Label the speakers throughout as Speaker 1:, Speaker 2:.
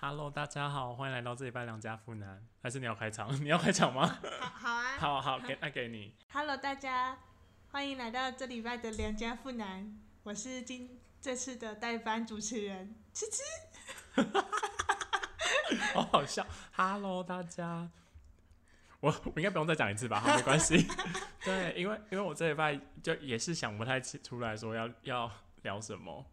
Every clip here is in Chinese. Speaker 1: Hello，大家好，欢迎来到这一拜良家妇男。还是你要开场？ 你要开场吗？
Speaker 2: 好好
Speaker 1: 好
Speaker 2: 啊
Speaker 1: 好，给那给你。
Speaker 2: ，Hello 大家，欢迎来到这礼拜的良家妇男，我是今这次的代班主持人，吃吃。
Speaker 1: 好好笑。Hello，大家。我我应该不用再讲一次吧？好，没关系。对，因为因为我这一拜就也是想不太起出来说要要聊什么，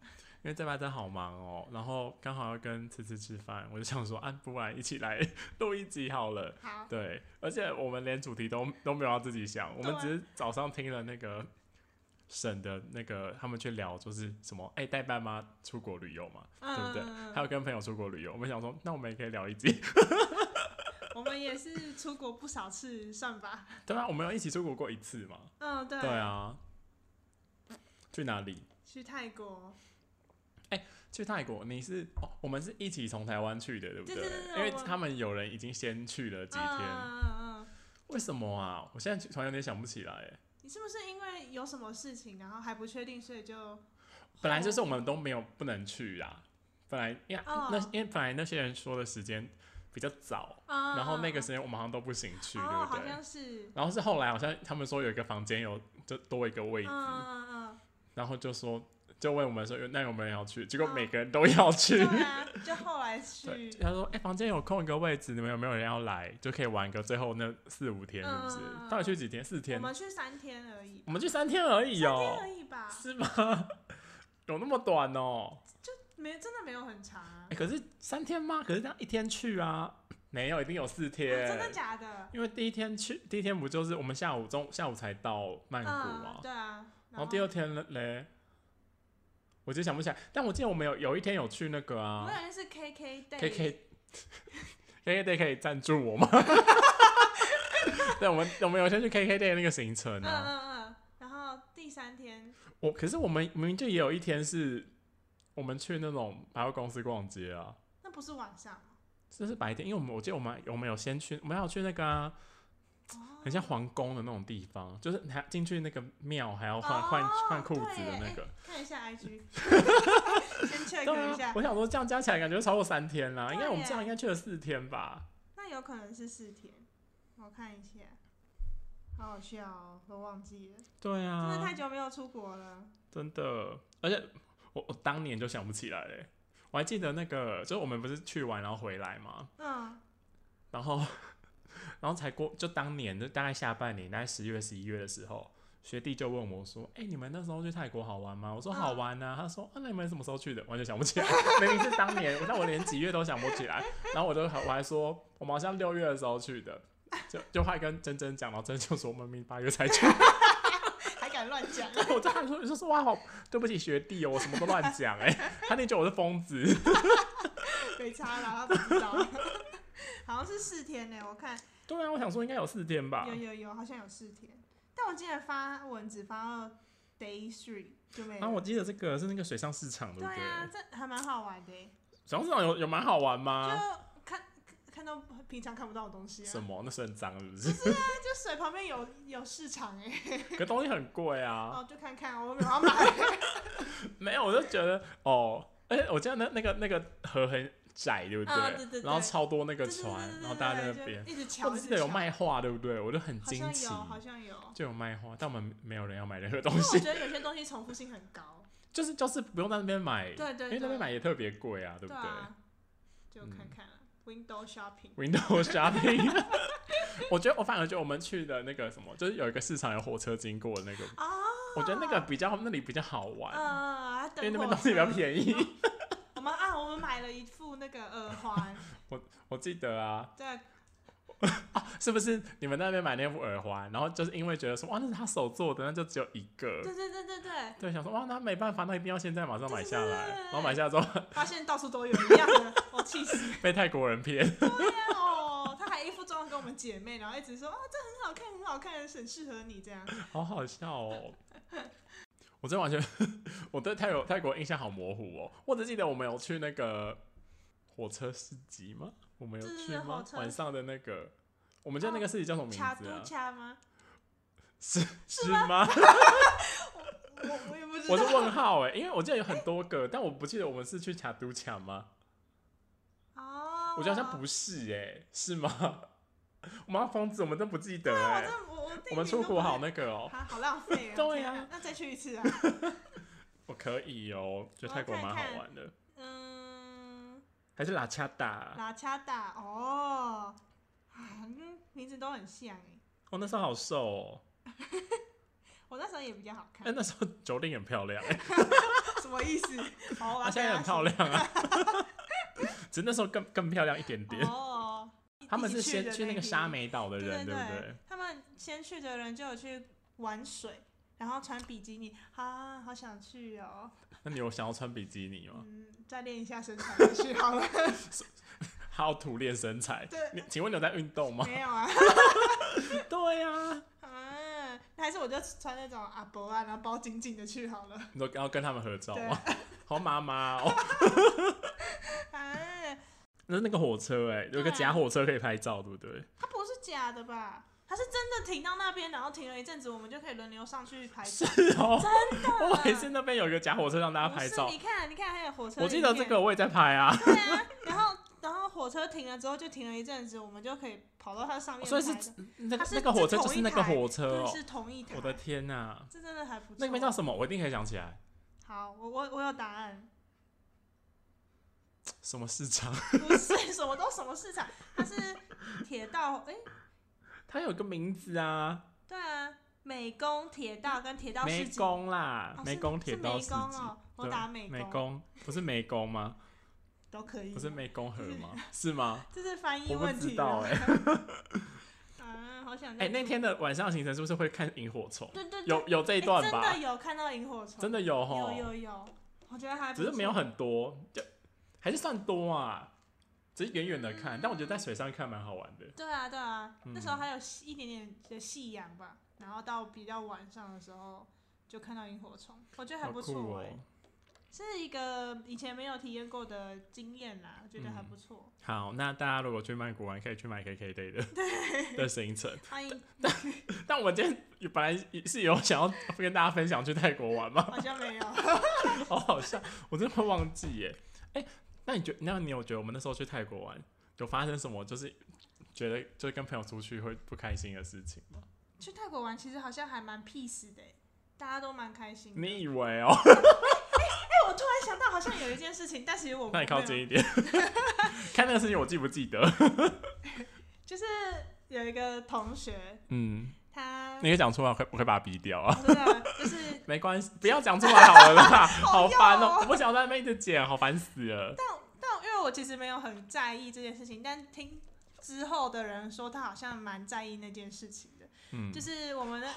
Speaker 1: 因为这拜真的好忙哦。然后刚好要跟慈慈吃饭，我就想说，啊，不然一起来录一集好了。
Speaker 2: 好，
Speaker 1: 对，而且我们连主题都都没有要自己想，我们
Speaker 2: 对啊
Speaker 1: 只是早上听了那个省的那个他们去聊，就是什么哎、带爸妈出国旅游嘛，对不对？
Speaker 2: 嗯
Speaker 1: 还有跟朋友出国旅游，我们想说，那我们也可以聊一集。
Speaker 2: 我们也是出国不少次，算吧。
Speaker 1: 对啊，我们有一起出国过一次嘛？
Speaker 2: 嗯，对，
Speaker 1: 对啊，去哪里？
Speaker 2: 去泰国，
Speaker 1: 去泰国？你是哦，我们是一起从台湾去的，对不
Speaker 2: 对对对对
Speaker 1: 因为
Speaker 2: 我们
Speaker 1: 他们有人已经先去了几天，
Speaker 2: 嗯嗯嗯，
Speaker 1: 为什么啊？我现在突然有点想不起来哎。
Speaker 2: 你是不是因为有什么事情，然后还不确定，所以就嗯
Speaker 1: 本来就是我们都没有不能去啦，本来因为、
Speaker 2: 哦
Speaker 1: 那因为本来那些人说的时间比较早，
Speaker 2: 啊、
Speaker 1: 然后那个时
Speaker 2: 谁，
Speaker 1: 间我们好像都不行去，
Speaker 2: 哦，
Speaker 1: 对
Speaker 2: 好
Speaker 1: 不对？
Speaker 2: 像是，
Speaker 1: 然后是后来好像他们说有一个房间有就多一个位
Speaker 2: 嗯
Speaker 1: 置，
Speaker 2: 嗯嗯，
Speaker 1: 然后就说就问我们说那有没有人要去，结果
Speaker 2: 哦
Speaker 1: 每个人都要去。
Speaker 2: 对啊，就后来
Speaker 1: 对，
Speaker 2: 去，
Speaker 1: 他说：“哎、房间有空一个位置，你们有没有人要来？就可以玩个最后那四五天，是不是？
Speaker 2: 嗯
Speaker 1: 到底去几天？四天？我
Speaker 2: 我
Speaker 1: 们
Speaker 2: 们去三天而已，
Speaker 1: 去三天而已
Speaker 2: 三天
Speaker 1: 哦、
Speaker 2: 而已吧，
Speaker 1: 是吗？ 有那么短哦、
Speaker 2: 没真的没有很长、啊
Speaker 1: 欸、可是三天吗？可是这样一天去啊？没有，一定有四天。
Speaker 2: 啊真的假的？
Speaker 1: 因为第一天去，第一天不就是我们下午中下午才到曼谷
Speaker 2: 嗯，
Speaker 1: 嘛、
Speaker 2: 对啊。
Speaker 1: 然后第二天嘞，我就想不起来。但我记得我们有有一天有去那个
Speaker 2: 我
Speaker 1: 啊
Speaker 2: 感觉是 KK
Speaker 1: ，K
Speaker 2: day，
Speaker 1: K K K day 可以赞助我吗？对，我们我们有一天去 K K day 那个行程
Speaker 2: 嗯
Speaker 1: 啊。
Speaker 2: 嗯嗯，然后第三天，
Speaker 1: 我可是我们明明就也有一天是我们去那种百货公司逛街啊。
Speaker 2: 那不是晚上吗
Speaker 1: 这是白天，因为我们我记得我们我们有先去，我们要去那个、啊、
Speaker 2: 哦，
Speaker 1: 很像皇宫的那种地方，就是还进去那个庙还要换
Speaker 2: 哦
Speaker 1: 换换裤子的那
Speaker 2: 对哎
Speaker 1: 个。
Speaker 2: 看一 下 IG，
Speaker 1: 对
Speaker 2: 先 check 一
Speaker 1: 啊
Speaker 2: 下，，
Speaker 1: 我想说这样加起来感觉超过三天啦，
Speaker 2: 对
Speaker 1: 应该我们这样
Speaker 2: 耶
Speaker 1: 应该去了四天吧？
Speaker 2: 那有可能是四天，我看一下，好好笑哦，都忘记了，
Speaker 1: 对
Speaker 2: 真的太
Speaker 1: 啊，
Speaker 2: 久没有出国了，
Speaker 1: 真的，而且我我当年就想不起来嘞、我还记得那个，就是我们不是去完然后回来嘛，
Speaker 2: 嗯，
Speaker 1: 然后 然后才过就当年就大概下半年，大概十月十一月的时候。学弟就问我说：“哎、你们那时候去泰国好玩吗？”我说：“
Speaker 2: 嗯
Speaker 1: 好玩啊。他说：“啊，那你们什么时候去的？”完全想不起来， 明明是当年，但我连几月都想不起来。然后我就还我还说，我们好像六月的时候去的，就就还跟珍珍讲，然后珍珍就说：“我们明明八月才去。
Speaker 2: 还敢乱讲，”
Speaker 1: 我就还说：“就说哇，好对不起学弟哦，我什么都乱讲哎。” 他那觉得我是疯子。
Speaker 2: 没差啦，他不 知道，好像是四天呢，我看
Speaker 1: 对啊，我想说应该有四天吧
Speaker 2: 有。有有，好像有四天，但我记得发文只发到 day three 就没
Speaker 1: 然后
Speaker 2: 了。
Speaker 1: 我记得这个是那个水上市场，对不
Speaker 2: 对
Speaker 1: 对？
Speaker 2: 啊，这还蛮好玩的耶、
Speaker 1: 水上市场有有蛮好玩吗？
Speaker 2: 就看看到平常看不到的东西啊。
Speaker 1: 什么？那是很脏是不是？
Speaker 2: 就水旁边有有市场哎、
Speaker 1: 可东西很贵啊。
Speaker 2: 哦，就看看，我没有要买。
Speaker 1: 没有，我就觉得哦，而且我记得那那个那个河很窄，对不
Speaker 2: 啊对对对
Speaker 1: 然后超多那个
Speaker 2: 对对对
Speaker 1: 船
Speaker 2: 对，对
Speaker 1: 然后大家在那
Speaker 2: 对
Speaker 1: 边，
Speaker 2: 就一直瞧，
Speaker 1: 我
Speaker 2: 一
Speaker 1: 只
Speaker 2: 直
Speaker 1: 记得有
Speaker 2: 瞧，
Speaker 1: 卖画，对不对？我就很
Speaker 2: 好
Speaker 1: 惊
Speaker 2: 像
Speaker 1: 奇
Speaker 2: 有，，好像哦有。
Speaker 1: 就有卖画，但我们没有人要买任何
Speaker 2: 因
Speaker 1: 东
Speaker 2: 为我
Speaker 1: 西，
Speaker 2: 觉得有些东西重复性很高。
Speaker 1: 就是就是不用在那边买，
Speaker 2: 对对
Speaker 1: 因为那边
Speaker 2: 对，
Speaker 1: 买也特别贵啊，对不
Speaker 2: 对
Speaker 1: 对
Speaker 2: 啊，就看看了。Window shopping，
Speaker 1: ？Window shopping，我觉得我反而觉得我们去的那个什么，就是有一个市场有火车经过的那个，
Speaker 2: 哦，
Speaker 1: 我觉得那个比较那里比较好玩，
Speaker 2: 嗯，还
Speaker 1: 因
Speaker 2: 等
Speaker 1: 为那边
Speaker 2: 火
Speaker 1: 东西比较
Speaker 2: 车嗯
Speaker 1: 便宜。
Speaker 2: 我们啊，我们买了一副那个耳环，
Speaker 1: 我记得啊，
Speaker 2: 对，
Speaker 1: 是不是你们那边买那副耳环，然后就是因为觉得说哇那是他手做的，那就只有一个，
Speaker 2: 对对对对对，
Speaker 1: 对，想说哇那没办法，那一定要现在马上买下来
Speaker 2: 对对对，对
Speaker 1: 然后买下来之后
Speaker 2: 发现到处都有一样的，我气死。
Speaker 1: 被泰国人骗，
Speaker 2: 对啊哦，她还一副装的跟我们姐妹，然后一直说啊，这很好看，很好看，很适合你这样。
Speaker 1: 好好笑 哦。我真的完全， 我对泰国泰国印象好模糊哦。我只记得我们有去那个火车市集吗？我们有
Speaker 2: 对对
Speaker 1: 去
Speaker 2: 对
Speaker 1: 吗
Speaker 2: 火？车
Speaker 1: 晚上的那个，我们记得那个市集叫什么名
Speaker 2: 掐
Speaker 1: 字
Speaker 2: 都
Speaker 1: 啊？
Speaker 2: 掐吗？
Speaker 1: 是是吗？
Speaker 2: 我我也不知
Speaker 1: 我是
Speaker 2: 道。
Speaker 1: 问号哎，因为我记得有很多个，但我不记得我们是去卡都卡吗？
Speaker 2: 哦，
Speaker 1: 我觉得好像不是哎、是吗？ 我们要疯子，我们真不记得
Speaker 2: 对啊，
Speaker 1: 哎、
Speaker 2: 我真的我我地
Speaker 1: 我们
Speaker 2: 理
Speaker 1: 出
Speaker 2: 都
Speaker 1: 国
Speaker 2: 不
Speaker 1: 好
Speaker 2: 是
Speaker 1: 那个哦、
Speaker 2: 啊，好 浪费啊！
Speaker 1: 对
Speaker 2: 天
Speaker 1: 啊
Speaker 2: 那再去一次啊。
Speaker 1: 我可以哦、觉得泰国蛮好玩的，
Speaker 2: 嗯，
Speaker 1: 还是拉恰达。
Speaker 2: 拉恰达哦，啊，嗯名字都很像哎。
Speaker 1: 我、那时候好瘦哦、
Speaker 2: 我那时候也比较好看
Speaker 1: 哎、，那时候九令很漂亮、哎，
Speaker 2: 什么意思？ 好，我
Speaker 1: 她
Speaker 2: 要
Speaker 1: 现在很
Speaker 2: 跟他
Speaker 1: 漂
Speaker 2: 说
Speaker 1: 亮啊， 只是那时候更更漂亮一点点。
Speaker 2: 哦，
Speaker 1: 他们是
Speaker 2: 一起
Speaker 1: 先
Speaker 2: 的
Speaker 1: 去那
Speaker 2: 一
Speaker 1: 个
Speaker 2: 批
Speaker 1: 沙美岛的
Speaker 2: 对
Speaker 1: 人，
Speaker 2: 对
Speaker 1: 不对？
Speaker 2: 他们先去的人就有去玩水，然后穿比基尼，啊，好想去哦。
Speaker 1: 那你有想要穿比基尼吗？
Speaker 2: 嗯，再练一下身材再去好了。
Speaker 1: 好土练身材
Speaker 2: 对。
Speaker 1: 你请问你有在运动吗？
Speaker 2: 没有啊，
Speaker 1: 对呀、啊，
Speaker 2: 啊，那还是我就穿那种阿伯啊，然后包紧紧的去好了。
Speaker 1: 你说要跟他们合照
Speaker 2: 对
Speaker 1: 吗？ 好妈妈哦，
Speaker 2: 啊，
Speaker 1: 那那个火车哎、有个
Speaker 2: 对啊
Speaker 1: 假火车可以拍照，对不 对？
Speaker 2: 它不是假的吧？它是真的停到那边，然后停了一阵子，我们就可以轮流上去拍
Speaker 1: 是
Speaker 2: 照。
Speaker 1: 哦，
Speaker 2: 真的？
Speaker 1: 我每次那边有一个假火车让大家拍
Speaker 2: 不
Speaker 1: 照
Speaker 2: 是，你，看，你看，还有火车。
Speaker 1: 我记得这个。我也在拍啊，
Speaker 2: 对啊，然后然后火车停了之后就停了一阵子，我们就可以跑到它上面拍
Speaker 1: 哦所
Speaker 2: 的。
Speaker 1: 以是那
Speaker 2: 它
Speaker 1: 个
Speaker 2: 是
Speaker 1: 那个火车就是那个火车
Speaker 2: 对，
Speaker 1: 哦、
Speaker 2: 是同一台。
Speaker 1: 我的天哪、
Speaker 2: 这真的还不错。
Speaker 1: 那边叫什么？我一定可以想起来，
Speaker 2: 好，我我我有答案，
Speaker 1: 什么市 场？
Speaker 2: 不是什么都什么市场，它是铁道，哎、
Speaker 1: 它有个名字啊，
Speaker 2: 对啊，美工铁道跟铁道
Speaker 1: 湄
Speaker 2: 市集。
Speaker 1: 公啦
Speaker 2: 哦，
Speaker 1: 湄
Speaker 2: 是
Speaker 1: 公
Speaker 2: 是
Speaker 1: 啊铁道
Speaker 2: 湄
Speaker 1: 市集，
Speaker 2: 公哦，我
Speaker 1: 对
Speaker 2: 打美
Speaker 1: 湄公不是湄公吗？
Speaker 2: 都可以，
Speaker 1: 不是湄公河吗？ 是吗？
Speaker 2: 这是翻译
Speaker 1: 我
Speaker 2: 问
Speaker 1: 不
Speaker 2: 题。
Speaker 1: 知道哎、
Speaker 2: 啊，好想
Speaker 1: 哎、
Speaker 2: 再
Speaker 1: 那
Speaker 2: 去
Speaker 1: 天的晚上行程是不是会看萤火虫？
Speaker 2: 对对对
Speaker 1: 有有这一
Speaker 2: 哎
Speaker 1: 段吧？
Speaker 2: 真的有看到萤火虫，
Speaker 1: 真的有吼，
Speaker 2: 有有有，我觉得还不
Speaker 1: 只是没有
Speaker 2: 错
Speaker 1: 很多，就还是算多啊，只是远远的
Speaker 2: 嗯
Speaker 1: 看，但我觉得在水上看蛮好玩的。
Speaker 2: 对啊对啊，那时
Speaker 1: 嗯
Speaker 2: 候还有一点点的夕阳吧，然后到比较晚上的时候就看到萤火虫，我觉得还
Speaker 1: 好
Speaker 2: 不
Speaker 1: 酷
Speaker 2: 错
Speaker 1: 哦、
Speaker 2: 哎、是一个以前没有体验过的经验啦，我觉得还不错。
Speaker 1: 好，那大家如果去曼谷玩，可以去买 KK Day 的的行程。
Speaker 2: 欢迎，
Speaker 1: 但我今天本来是有想要跟大家分享去泰国玩 嘛，
Speaker 2: 好像哦没有，
Speaker 1: 好好笑，我真的会忘记耶。哎、那你觉那你有觉得我们那时候去泰国玩有发生什么就是觉得就是跟朋友出去会不开心的事情吗？
Speaker 2: 去泰国玩其实好像还蛮 peace 的、欸，大家都蛮开心的。
Speaker 1: 你以为哦、
Speaker 2: 哎、我突然想到好像有一件事情，但其实我
Speaker 1: 那你靠
Speaker 2: 没有
Speaker 1: 近 一点，看那个事情我记不记得？
Speaker 2: 就是有一个同学，
Speaker 1: 嗯，
Speaker 2: 他
Speaker 1: 你可以讲出来，我会我会把它逼掉啊。
Speaker 2: 真的就是，
Speaker 1: 没关系，不要讲出来好了啦， 好
Speaker 2: 好
Speaker 1: 烦哦、
Speaker 2: 用哦
Speaker 1: 我不想在那边一直剪，好烦死了。
Speaker 2: 但但因为我其实没有很在意这件事情，但听之后的人说他好像蛮在意那件事情的，
Speaker 1: 嗯，
Speaker 2: 就是我 们的，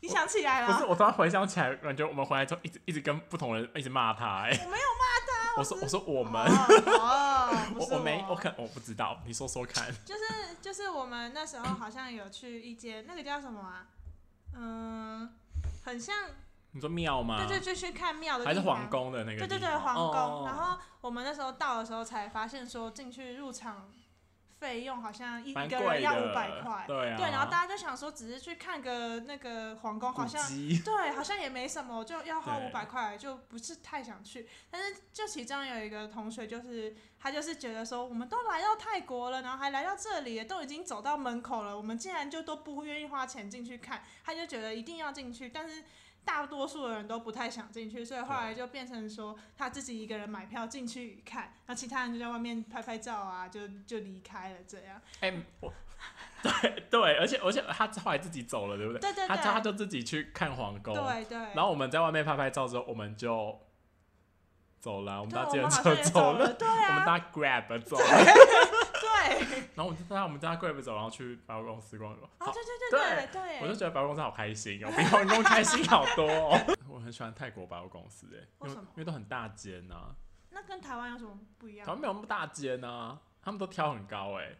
Speaker 2: 你想起来
Speaker 1: 不是，
Speaker 2: 了。
Speaker 1: 我突然回想起来，感觉我们回来之后一直一直跟不同人一直骂他、哎，
Speaker 2: 我没有
Speaker 1: 骂他，我说我说我们，
Speaker 2: 哦，哦不是
Speaker 1: 我我没
Speaker 2: 我
Speaker 1: 我可我不知道，你说说看。
Speaker 2: 就是就是我们那时候好像有去一间那个叫什么啊？嗯，很像，
Speaker 1: 你说庙吗？
Speaker 2: 对对，就去看庙的地
Speaker 1: 啊还
Speaker 2: 方，
Speaker 1: 是皇宫的那个
Speaker 2: 对
Speaker 1: 地
Speaker 2: 对
Speaker 1: 方？
Speaker 2: 对，皇宫。
Speaker 1: 哦
Speaker 2: 然后我们那时候到的时候才发现，说进去入场费用好像一
Speaker 1: 蛮
Speaker 2: 一个
Speaker 1: 贵
Speaker 2: 人
Speaker 1: 的，
Speaker 2: 要五百块，
Speaker 1: 对啊，
Speaker 2: 对，然后大家就想说只是去看个那个皇宫，好
Speaker 1: 古
Speaker 2: 像
Speaker 1: 迹
Speaker 2: 对，好像也没什么，就要花
Speaker 1: 对
Speaker 2: 五百块，就不是太想去。但是就其中有一个同学，就是他就是觉得说，我们都来到泰国了，然后还来到这里了，都已经走到门口了，我们竟然就都不愿意花钱进去看，他就觉得一定要进去，但是。大多数的人都不太想进去，所以后来就变成说他自己一个人买票进去看，那其他人就在外面拍拍照啊，就就离开了这样。
Speaker 1: 哎、我 对对，而且而且他后来自己走了，对不对？
Speaker 2: 对对
Speaker 1: 他他
Speaker 2: 对，
Speaker 1: 就自己去看皇宫，
Speaker 2: 对对。
Speaker 1: 然后我们在外面拍拍照之后，我们就走了，我们
Speaker 2: 对，啊
Speaker 1: 搭
Speaker 2: 我
Speaker 1: 计程
Speaker 2: 们好像
Speaker 1: 车
Speaker 2: 也
Speaker 1: 走
Speaker 2: 了，，对
Speaker 1: 我们
Speaker 2: 啊，
Speaker 1: 搭 Grab 走了，
Speaker 2: 对。
Speaker 1: 然后我们就搭我们搭 Grab 走，然后去百货公司逛逛。
Speaker 2: 啊，
Speaker 1: 好
Speaker 2: 对对
Speaker 1: 对
Speaker 2: 对对
Speaker 1: 我就
Speaker 2: 对，
Speaker 1: 觉得百货公司好开心哦，比皇宫开心好多哦。 我很喜欢泰国百货公司哎，
Speaker 2: 为
Speaker 1: 因
Speaker 2: 什么
Speaker 1: 因为都很大间呐、啊
Speaker 2: 那跟台湾有什么不一样
Speaker 1: 台？湾没有那么大间呐、他们都挑很高哎、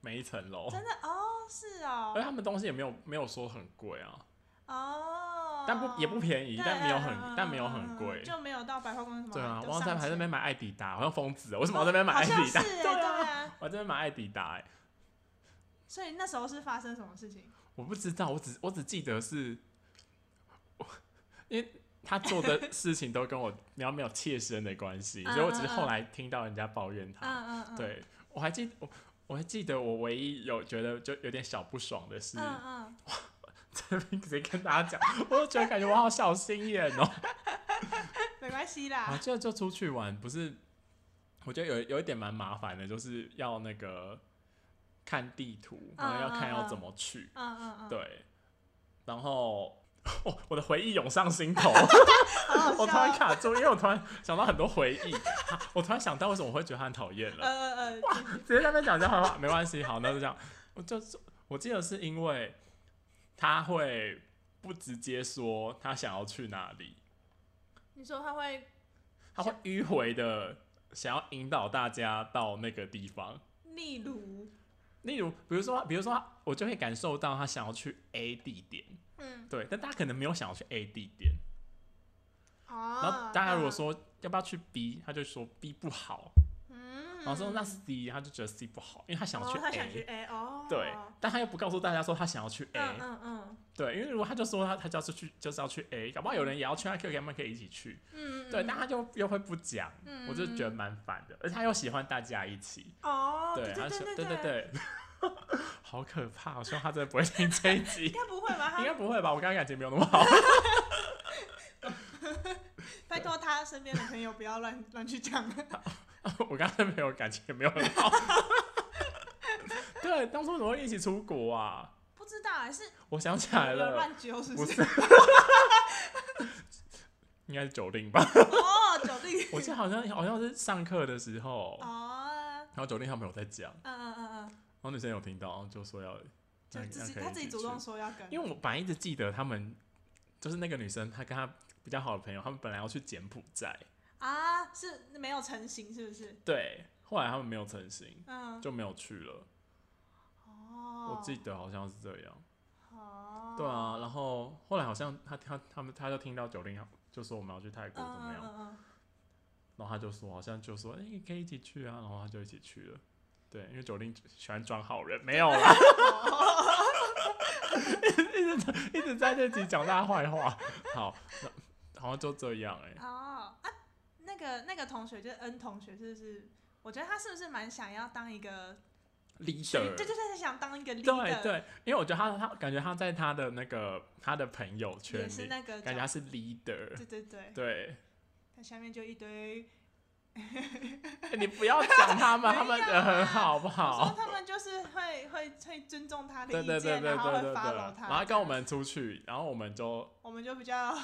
Speaker 1: 每一层楼，
Speaker 2: 真的哦，是
Speaker 1: 而且
Speaker 2: 哦，
Speaker 1: 他们东西也没有没有说很贵啊，
Speaker 2: 哦，
Speaker 1: 但不也不便宜
Speaker 2: 对，
Speaker 1: 但没有
Speaker 2: 嗯嗯
Speaker 1: 很
Speaker 2: 嗯
Speaker 1: 但没有
Speaker 2: 嗯
Speaker 1: 很
Speaker 2: 嗯
Speaker 1: 贵。
Speaker 2: 就没有到百货公司什么，
Speaker 1: 对啊，
Speaker 2: 都
Speaker 1: 我好像在
Speaker 2: 上
Speaker 1: 还在那
Speaker 2: 千
Speaker 1: 边买爱迪达，好像疯子哦，为什么我在那
Speaker 2: 哦
Speaker 1: 边买
Speaker 2: 好
Speaker 1: 爱
Speaker 2: 像
Speaker 1: 迪
Speaker 2: 是
Speaker 1: 达？
Speaker 2: 欸
Speaker 1: 对
Speaker 2: 对
Speaker 1: 啊，
Speaker 2: 啊，
Speaker 1: 我在那边买爱迪达哎。
Speaker 2: 所以那时候是发生什么 事情？
Speaker 1: 我不知道，我只我只记得是，我因为他做 的事情都跟我没有没有切身的关系，
Speaker 2: 嗯
Speaker 1: 所以我只是
Speaker 2: 嗯嗯
Speaker 1: 后来听到人家抱怨他。
Speaker 2: 嗯嗯嗯，
Speaker 1: 对，我还记我我还记得我唯一有觉得就有点小不爽的是，
Speaker 2: 嗯嗯，
Speaker 1: 这边直接跟大家讲，我就觉得感觉我好小心眼哦、
Speaker 2: 没关系
Speaker 1: 啊，
Speaker 2: 啦，
Speaker 1: 就就出去玩，不是？我觉得有有一点蛮麻烦的，就是要那个看地图，然后要看要怎么去，
Speaker 2: 嗯嗯嗯，
Speaker 1: 对。然后，哦，我的回忆涌上心 头，
Speaker 2: 好好
Speaker 1: 我突然
Speaker 2: 笑哦。
Speaker 1: 卡住，因为我突然想到很多回忆，啊我突然想到为什么我会觉得他很讨厌了，
Speaker 2: 呃呃呃，
Speaker 1: 直接在那边讲这样话，没关系，好，那就这样。我就是我记得是因为他会不直接说他想要去哪里，
Speaker 2: 你说他会，
Speaker 1: 他会迂回的想要引导大家到那个地方。
Speaker 2: 例如，
Speaker 1: 例如，比如说，比如说，我就会感受到他想要去 A 地点，
Speaker 2: 嗯
Speaker 1: 对，但大家可能没有想要去 A 地点。
Speaker 2: 啊，
Speaker 1: 然后大家如果
Speaker 2: 嗯，
Speaker 1: 说要不要去 B，他就说 B 不好，
Speaker 2: 嗯，
Speaker 1: 然后说那 C，他就觉得 C 不好，因为他想
Speaker 2: 哦
Speaker 1: 去
Speaker 2: 他想去
Speaker 1: A，
Speaker 2: A 哦，
Speaker 1: 对，但他又不告诉大家说他想要去
Speaker 2: 嗯
Speaker 1: A，
Speaker 2: 嗯嗯
Speaker 1: 对，因为如果他就说他他就是去就是要去 A，搞不好有人也要去，他可以他们可以一起去，
Speaker 2: 嗯，
Speaker 1: 对，
Speaker 2: 嗯
Speaker 1: 但他就又会不讲，
Speaker 2: 嗯
Speaker 1: 我就觉得蛮烦的，而且他又喜欢大家一起，
Speaker 2: 哦，
Speaker 1: 对，
Speaker 2: 对
Speaker 1: 他喜
Speaker 2: 对
Speaker 1: 对
Speaker 2: 对，
Speaker 1: 对， 好可怕！我希望他真的不会听这一集
Speaker 2: 应， 该不会吧？
Speaker 1: 应该
Speaker 2: 他
Speaker 1: 不会吧？我刚刚感情没有那么好，
Speaker 2: 拜托他身边的朋友不要乱乱去讲。
Speaker 1: 我刚刚没有感情也没有很好。 对，当初怎么会一起出国啊？
Speaker 2: 不知道还是
Speaker 1: 我想起来
Speaker 2: 有有
Speaker 1: 了，
Speaker 2: 乱揪是
Speaker 1: 不
Speaker 2: 是？
Speaker 1: 是， 应该是酒令吧？
Speaker 2: 哦，九弟，
Speaker 1: 我记得好像好像是上课的时候，
Speaker 2: 哦，
Speaker 1: 然后酒令他们有在讲，
Speaker 2: 嗯嗯嗯嗯，
Speaker 1: 然后女生有听到，然后就说要，
Speaker 2: 就
Speaker 1: 那
Speaker 2: 自己
Speaker 1: 那可以
Speaker 2: 他自己
Speaker 1: 一起
Speaker 2: 主
Speaker 1: 去
Speaker 2: 动说要跟，
Speaker 1: 因为我本来一直记得他们就是那个女生，她跟她比较好的朋友，他们本来要去柬埔寨。
Speaker 2: 啊是没有成型是不是？
Speaker 1: 对，后来他们没有成型，
Speaker 2: 嗯，
Speaker 1: 就没有去了。
Speaker 2: 哦，
Speaker 1: 我记得好像是这样。
Speaker 2: 哦，
Speaker 1: 对啊，然后后来好像他他他们他就听到九零就说我们要去泰
Speaker 2: 嗯，
Speaker 1: 国怎么
Speaker 2: 嗯
Speaker 1: 样，
Speaker 2: 嗯嗯
Speaker 1: 然后他就说好像就说哎、可以一起去啊，然后他就一起去了。对，因为九零喜欢装好人，没有啦，
Speaker 2: 嗯哦
Speaker 1: 一直一直在这集讲大家坏话。好，那好像就这样哎、
Speaker 2: 嗯，哦啊，那个那个同学就是 N 同学，是不是？我觉得他是不是蛮想要当一个
Speaker 1: leader，
Speaker 2: 对，就是他想当一个
Speaker 1: 对
Speaker 2: leader，
Speaker 1: 对，因为我觉得他他感觉他在他的那个他的朋友圈
Speaker 2: 也是
Speaker 1: 里，
Speaker 2: 那个
Speaker 1: 感觉
Speaker 2: 角
Speaker 1: 他是 leader，
Speaker 2: 对对对，
Speaker 1: 对。
Speaker 2: 他下面就一堆，
Speaker 1: 欸你不要讲他们，他们人很好不
Speaker 2: 我说
Speaker 1: 好？
Speaker 2: 他们就是会会会尊重 他的
Speaker 1: 对
Speaker 2: 意
Speaker 1: 对对对
Speaker 2: 见，
Speaker 1: 对
Speaker 2: 然后会
Speaker 1: 对对，
Speaker 2: follow 他，
Speaker 1: 然后跟我们出去，然后我们就
Speaker 2: 我们就比较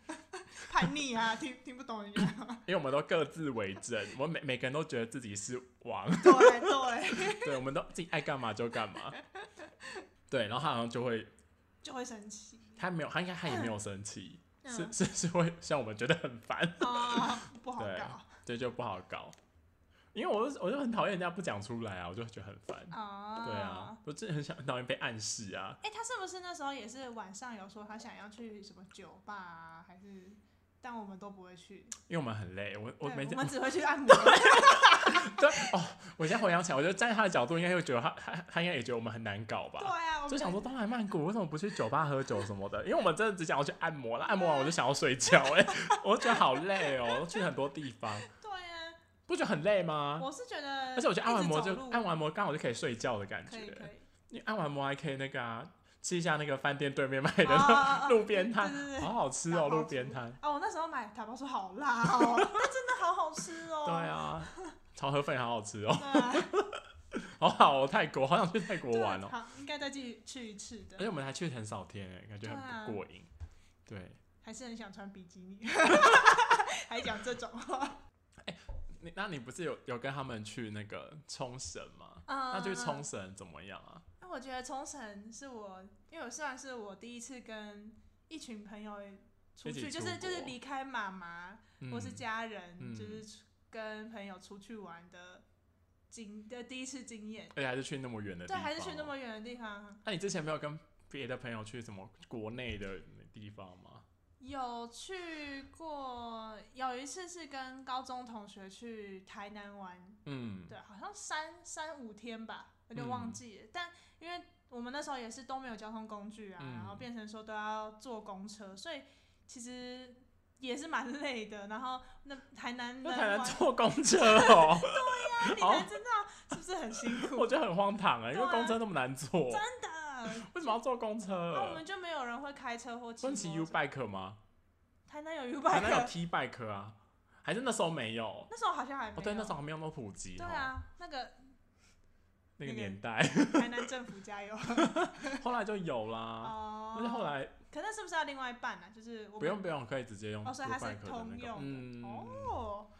Speaker 2: 叛逆啊，听听不懂人家，
Speaker 1: 因为我们都各自为政，我们每每个人都觉得自己是 王，
Speaker 2: 对对，
Speaker 1: 对，我们都自己爱干嘛就干嘛。对，然后他好像就会，
Speaker 2: 就会生气。
Speaker 1: 他没有，他应该他也没有生气，是
Speaker 2: 嗯，
Speaker 1: 是是会像我们觉得很烦，
Speaker 2: 哦，不好
Speaker 1: 对
Speaker 2: 搞
Speaker 1: 这就不好搞。因为我就我就很讨厌人家不讲出来啊，我就觉得很烦。
Speaker 2: 啊。
Speaker 1: 对啊，，我真的很想很讨厌被暗示啊。
Speaker 2: 哎、他是不是那时候也是晚上有说他想要去什么酒吧啊，还是？但我们都不会去，
Speaker 1: 因为我们很累，我我
Speaker 2: 对
Speaker 1: 每
Speaker 2: 我
Speaker 1: 天
Speaker 2: 们只会去按摩。对
Speaker 1: 对哦，我现在回想起来，我觉得站在他的角度，应该会觉得他他他应该也觉得我们很难搞吧？
Speaker 2: 啊，我
Speaker 1: 就
Speaker 2: 们
Speaker 1: 想说，都来曼谷，为什么不去酒吧喝酒什么的？因为我们真的只想要去按摩，那按摩完我就想要睡觉、哎， 我就觉得好累哦，我去很多地方，
Speaker 2: 对啊，
Speaker 1: 不觉得很累吗？
Speaker 2: 我是觉得，
Speaker 1: 而且我觉得按完摩就按
Speaker 2: 摩
Speaker 1: 完摩刚好就可以睡觉的感
Speaker 2: 可以可
Speaker 1: 觉，
Speaker 2: 以，
Speaker 1: 你按完摩还可以那个啊，吃一下那个饭店对面卖的
Speaker 2: 哦哦
Speaker 1: 那
Speaker 2: 哦
Speaker 1: 种路边摊
Speaker 2: 对对，对
Speaker 1: 好好吃
Speaker 2: 打
Speaker 1: 哦，
Speaker 2: 包
Speaker 1: 路
Speaker 2: 族
Speaker 1: 边摊。
Speaker 2: 哦，我那时候买塔包酥好辣哦，但真的好好吃哦。
Speaker 1: 对啊， 炒河粉好好吃哦，
Speaker 2: 对啊，
Speaker 1: 好好哦，泰国好想去泰国
Speaker 2: 对啊
Speaker 1: 玩哦。
Speaker 2: 好，应该再去去一次
Speaker 1: 而且
Speaker 2: 的，
Speaker 1: 我们还去很少天哎、感觉
Speaker 2: 啊
Speaker 1: 很不过瘾。对，
Speaker 2: 还是很想穿比基尼，还讲这种话。
Speaker 1: 你那你不是有有跟他们去那个冲绳吗？
Speaker 2: 嗯，
Speaker 1: 那去冲绳怎么样啊？
Speaker 2: 那我觉得冲绳是我，因为我虽然是我第一次跟一群朋友出
Speaker 1: 一起
Speaker 2: 去，就
Speaker 1: 出
Speaker 2: 是就是
Speaker 1: 国
Speaker 2: 离开妈妈
Speaker 1: 嗯，
Speaker 2: 或是家人，
Speaker 1: 嗯
Speaker 2: 就是出跟朋友出去玩的经的第一次经验。
Speaker 1: 而且还是去那么远的地
Speaker 2: 对，
Speaker 1: 方，哦
Speaker 2: 还是去那……么远的地方，啊
Speaker 1: 那你之前没有跟别的朋友去什么国内的地方吗？
Speaker 2: 有去过，有一次是跟高中同学去台南玩，
Speaker 1: 嗯，
Speaker 2: 对，啊好像三三五天吧，有点忘
Speaker 1: 嗯
Speaker 2: 记了。但因为我们那时候也是都没有交通工具啊，然后
Speaker 1: 嗯
Speaker 2: 变成说都要坐公车，所以其实也是蛮 累的。然后那台南
Speaker 1: 那
Speaker 2: 人
Speaker 1: 台南
Speaker 2: 玩
Speaker 1: 坐公车哦，
Speaker 2: 啊你
Speaker 1: 好
Speaker 2: 才知道，是不是很辛苦？
Speaker 1: 我觉得很荒唐哎、因
Speaker 2: 对
Speaker 1: 为
Speaker 2: 啊
Speaker 1: 公车那么难坐，
Speaker 2: 真 的，
Speaker 1: 为什么要坐公
Speaker 2: 那啊我
Speaker 1: 车？
Speaker 2: 们就没有人会开车或
Speaker 1: 不
Speaker 2: 骑
Speaker 1: 能
Speaker 2: 摩
Speaker 1: 骑
Speaker 2: 托
Speaker 1: U
Speaker 2: 车。
Speaker 1: bike 吗？
Speaker 2: 台南有 U
Speaker 1: 台南
Speaker 2: bike，
Speaker 1: 有 T bike 啊，还是那时候没有？
Speaker 2: 那时候好像还没有。
Speaker 1: 哦，对，那时候还没有那么普及。哦
Speaker 2: 对，啊，那个
Speaker 1: 那个
Speaker 2: 那个
Speaker 1: 年代，
Speaker 2: 台南政府加油
Speaker 1: 后来就有啦。
Speaker 2: 哦。
Speaker 1: 而啊且后，来
Speaker 2: 可那是不是要另外一半呢？就是我
Speaker 1: 不用
Speaker 2: 们
Speaker 1: 不用，可以直接用 U
Speaker 2: 哦所以它是
Speaker 1: bike 的
Speaker 2: 通
Speaker 1: 那个
Speaker 2: 用。的
Speaker 1: 嗯，
Speaker 2: 哦。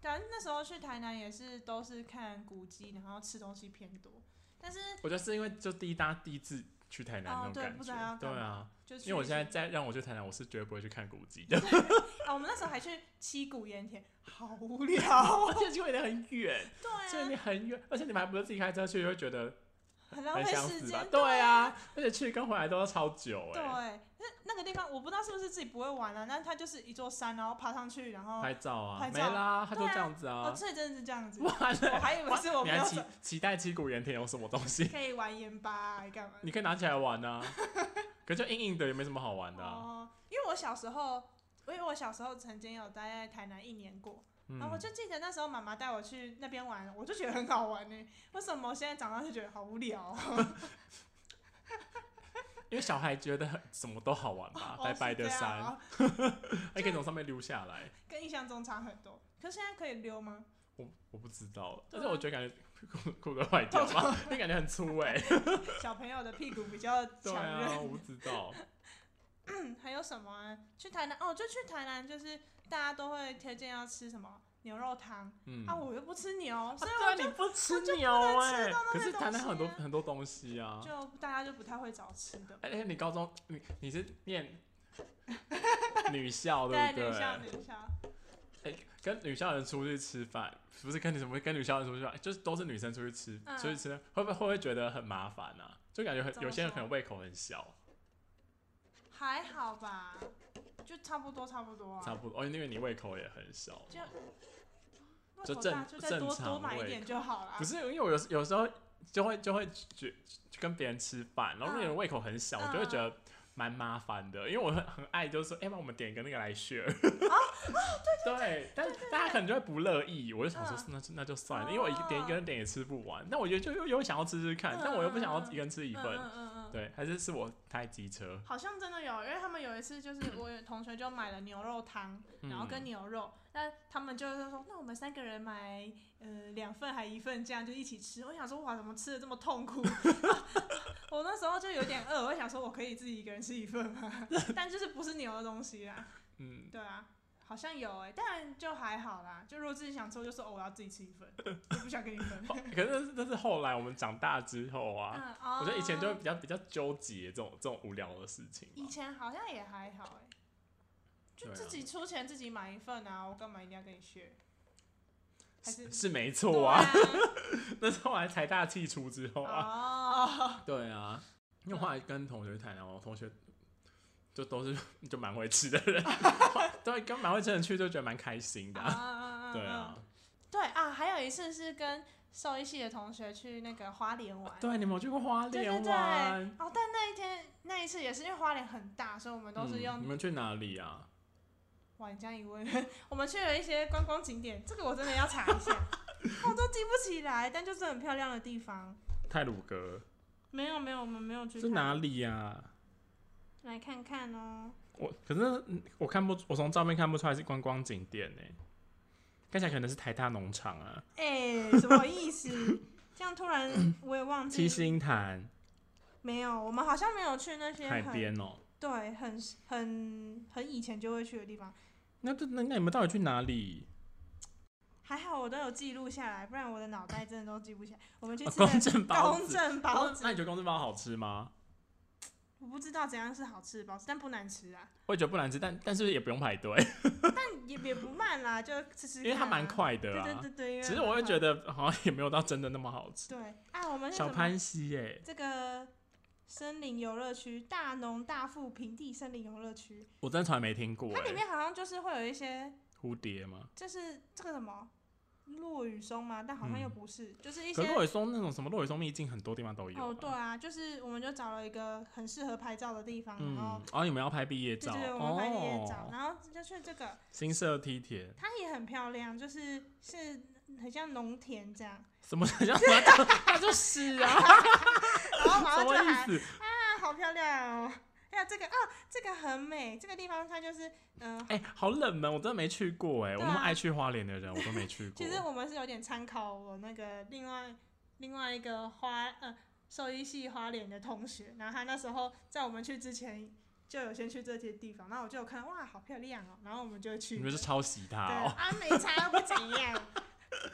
Speaker 2: 但那时候去台南也是都是看古迹，然后吃东西偏多，但是
Speaker 1: 我觉得是因为就第一大家第一次去台南那
Speaker 2: 哦
Speaker 1: 种
Speaker 2: 对，
Speaker 1: 感
Speaker 2: 不知道要
Speaker 1: 觉，
Speaker 2: 干
Speaker 1: 对
Speaker 2: 嘛
Speaker 1: 啊。
Speaker 2: 就
Speaker 1: 因
Speaker 2: 去
Speaker 1: 为我
Speaker 2: 一
Speaker 1: 现在
Speaker 2: 些
Speaker 1: 再让我去台南，我是绝对不会去看古迹的，
Speaker 2: 啊，我们那时候还去七谷盐田，好无聊。
Speaker 1: 而且距离很远，所以
Speaker 2: 对
Speaker 1: 你
Speaker 2: 啊，
Speaker 1: 很远，而且你们还不是自己开车去，就会觉得
Speaker 2: 很浪
Speaker 1: 很
Speaker 2: 费
Speaker 1: 想
Speaker 2: 时
Speaker 1: 死吧？
Speaker 2: 间。
Speaker 1: 对啊，而且去跟回来都要超久
Speaker 2: 对，啊
Speaker 1: 哎，
Speaker 2: 那那个地方我不知道是不是自己不会玩啊，但它就是一座山，然后爬上去，然后
Speaker 1: 拍照啊，
Speaker 2: 哦拍
Speaker 1: 没
Speaker 2: 照
Speaker 1: 啦，他就
Speaker 2: 对啊
Speaker 1: 这样子
Speaker 2: 哦，
Speaker 1: 啊，
Speaker 2: 这真的是这样子。
Speaker 1: 完
Speaker 2: 我
Speaker 1: 了，
Speaker 2: 还以为是我
Speaker 1: 你
Speaker 2: 没
Speaker 1: 还
Speaker 2: 有
Speaker 1: 期
Speaker 2: 走
Speaker 1: 期待七谷盐田有什么东 西？
Speaker 2: 可以玩盐巴啊还干嘛？
Speaker 1: 你可以拿起来玩 啊，可就硬硬的也没什么好玩的啊、
Speaker 2: 哦，因为我小时候，因为我小时候曾经有待在台南一年过，然后我
Speaker 1: 嗯，
Speaker 2: 就记得那时候妈妈带我去那边玩，我就觉得很好玩呢、为什么我现在长大就觉得好无聊 哦、
Speaker 1: 因为小孩觉得什么都好玩吧，
Speaker 2: 哦
Speaker 1: 白白的
Speaker 2: 是这样
Speaker 1: 山，
Speaker 2: 啊
Speaker 1: 还可以从上面溜下来。
Speaker 2: 跟印象中差很多。可是现在可以溜吗？
Speaker 1: 我我不知道，但
Speaker 2: 对啊
Speaker 1: 是我觉得感觉裤裤都坏掉吧， 因为感觉很粗哎、
Speaker 2: 小朋友的屁股比较
Speaker 1: 对
Speaker 2: 强
Speaker 1: 啊，
Speaker 2: 韧。
Speaker 1: 我不知道。
Speaker 2: 嗯还有什么啊、去台南哦，就去台南，就是大家都会推荐要吃什么牛肉汤、
Speaker 1: 嗯，
Speaker 2: 啊，我又不吃牛，所以
Speaker 1: 啊
Speaker 2: 我
Speaker 1: 对
Speaker 2: 就、
Speaker 1: 啊你不吃牛哎、
Speaker 2: 吃到那
Speaker 1: 可
Speaker 2: 些
Speaker 1: 是台南很多
Speaker 2: 东西啊
Speaker 1: 很多东西啊。
Speaker 2: 就大家就不太会找吃的。
Speaker 1: 哎、你高中你你是 念女校对
Speaker 2: 对，
Speaker 1: 不对？
Speaker 2: 女校女校，
Speaker 1: 哎、跟女校人出去吃饭，不是跟你什么跟女校人出去吃饭，就是都是女生出去吃，
Speaker 2: 嗯
Speaker 1: 出去吃会不会会不会觉得很麻烦啊？就感觉很
Speaker 2: 怎么
Speaker 1: 有些人可
Speaker 2: 说
Speaker 1: 能胃口很小，
Speaker 2: 还好吧，就差不多差不多啊。
Speaker 1: 差不多哦，因为你胃口也很小。
Speaker 2: 就胃
Speaker 1: 就
Speaker 2: 口
Speaker 1: 正
Speaker 2: 大就再多
Speaker 1: 正常
Speaker 2: 多买
Speaker 1: 胃
Speaker 2: 一点就好嗯啦。
Speaker 1: 不是因为我有有时候就会就会觉就跟别人吃饭，然后那
Speaker 2: 嗯
Speaker 1: 个人胃口很小，我就会觉得蛮麻烦的，因为我很很爱就是说，哎、帮我们点一个那个来 share。对
Speaker 2: 哦
Speaker 1: 但大家可能就会不乐意，我就想说
Speaker 2: 嗯，
Speaker 1: 那就那就算了，因为我一点一个人点也吃不完，但我觉得就又又想要吃吃看，但我又不想要一个人吃一份，
Speaker 2: 嗯嗯嗯嗯，
Speaker 1: 对，还是是我太机车，
Speaker 2: 好像真的有，因为他们有一次就是我有同学就买了牛肉汤，
Speaker 1: 嗯
Speaker 2: 然后跟牛肉，那他们就是说，那我们三个人买呃两份还一份，这样就一起吃。我想说哇，怎么吃的这么 痛苦？我那时候就有点饿，我想说我可以自己一个人吃一份吗？但就是不是牛的东西啊，
Speaker 1: 嗯，
Speaker 2: 对啊。好像有哎、但就还好啦。就如果自己想吃，我就说哦，我要自己吃一份，我不想跟你分。
Speaker 1: 哦可是那是那是后来我们长大之后啊，
Speaker 2: 嗯，哦
Speaker 1: 我觉得以前就会比较比较纠结这种这种无聊的事情
Speaker 2: 以
Speaker 1: 嘛，
Speaker 2: 前好像也还好哎、就
Speaker 1: 对啊
Speaker 2: 自己出钱自己买一份啊，我干嘛一定要跟你学？还是
Speaker 1: 是是没
Speaker 2: 对
Speaker 1: 错啊。 那是后来财大气粗之后啊，
Speaker 2: 啊，哦，
Speaker 1: 对啊，因为后来跟同学去台南，我同学就都是 就蛮会吃的 人，对，跟蛮会吃的人去就觉得蛮开心的、啊，
Speaker 2: 啊
Speaker 1: 对啊，，
Speaker 2: 对啊，还有一次是跟兽医系的同学去那个花莲玩。
Speaker 1: 啊对，你们有去过花
Speaker 2: 对对
Speaker 1: 莲
Speaker 2: 对，
Speaker 1: 玩？
Speaker 2: 哦，但那一天那一次也是因为花莲很大，所以我们都是
Speaker 1: 嗯你
Speaker 2: 用、
Speaker 1: 们去哪里啊？
Speaker 2: 哇，你这样一问， 我们去了一些观光景点，这个我真的要查一下， 我都记不起来，但就是很漂亮的地方。
Speaker 1: 泰鲁阁
Speaker 2: 没有没有，我们没有去。
Speaker 1: 是哪？里啊？
Speaker 2: 来看看哦。
Speaker 1: 我可是嗯我看不，我从照片看不出来是观光景点呢、看起来可能是台大农场啊，
Speaker 2: 哎、什么 意思？这样突然我也忘
Speaker 1: 七
Speaker 2: 记。
Speaker 1: 星潭
Speaker 2: 没有，我们好像没有去那些
Speaker 1: 海
Speaker 2: 很
Speaker 1: 边哦、
Speaker 2: 对很很很以前就会去的地方。
Speaker 1: 那这那那你们到底去哪里？
Speaker 2: 还好我都有记录下来，不然我的脑袋真的都记不起来。我们去
Speaker 1: 啊
Speaker 2: 吃
Speaker 1: 公
Speaker 2: 的
Speaker 1: 正包
Speaker 2: 公
Speaker 1: 子，
Speaker 2: 正包子，
Speaker 1: 那你觉得公正包好吃吗？
Speaker 2: 我不知道怎样是好吃的包子，但不难吃啊，
Speaker 1: 我也觉得不难吃，但但是也不用排队，
Speaker 2: 但也也不慢啦，就吃吃、
Speaker 1: 因为它蛮。快的
Speaker 2: 对
Speaker 1: 啊。
Speaker 2: 对对对。
Speaker 1: 只是我会觉
Speaker 2: 得
Speaker 1: 得好像也没有到真的那么好吃。
Speaker 2: 对啊，我们是
Speaker 1: 小
Speaker 2: 什么
Speaker 1: 潘西耶，
Speaker 2: 这个森林游乐区大农大富平地森林游乐区，
Speaker 1: 我真的从来没听过
Speaker 2: 它里
Speaker 1: 哎。
Speaker 2: 面好像就是会有一些
Speaker 1: 蝴蝶吗？
Speaker 2: 就是这个什么落雨松嘛，但好像又
Speaker 1: 嗯
Speaker 2: 不是，就是一
Speaker 1: 可
Speaker 2: 些
Speaker 1: 是落羽松那种什么落羽松秘境，很多地方都有啊。
Speaker 2: 哦，对啊，就是我们就找了一个很适合拍照的地方，
Speaker 1: 嗯，
Speaker 2: 然后
Speaker 1: 然后你们要拍毕业
Speaker 2: 对
Speaker 1: 照，
Speaker 2: 对对，我们拍毕业照，
Speaker 1: 哦，
Speaker 2: 然后就去这个，
Speaker 1: 新社梯田，
Speaker 2: 它也很漂亮，就是是很像农田这样，
Speaker 1: 什么
Speaker 2: 啊
Speaker 1: 叫什么叫？那就是 啊，
Speaker 2: 然后
Speaker 1: 什
Speaker 2: 马上就
Speaker 1: 么
Speaker 2: 喊
Speaker 1: 意思？
Speaker 2: 啊，好漂亮哦！还有这个啊，这个很美，这个地方它就是嗯、
Speaker 1: 哎、好冷门，我真的没去过哎、我
Speaker 2: 对啊
Speaker 1: 那么爱去花莲的人，我都没去过
Speaker 2: 其。实我们是有点参考我那个另外另外一个花呃兽医系花脸的同学，然后他那时候在我们去之前就有先去这些地方，然后我就有看到哇，好漂亮哦，然后我们就去
Speaker 1: 你
Speaker 2: 了。
Speaker 1: 们是抄袭他
Speaker 2: 对
Speaker 1: 哦？
Speaker 2: 啊，没差又不怎样，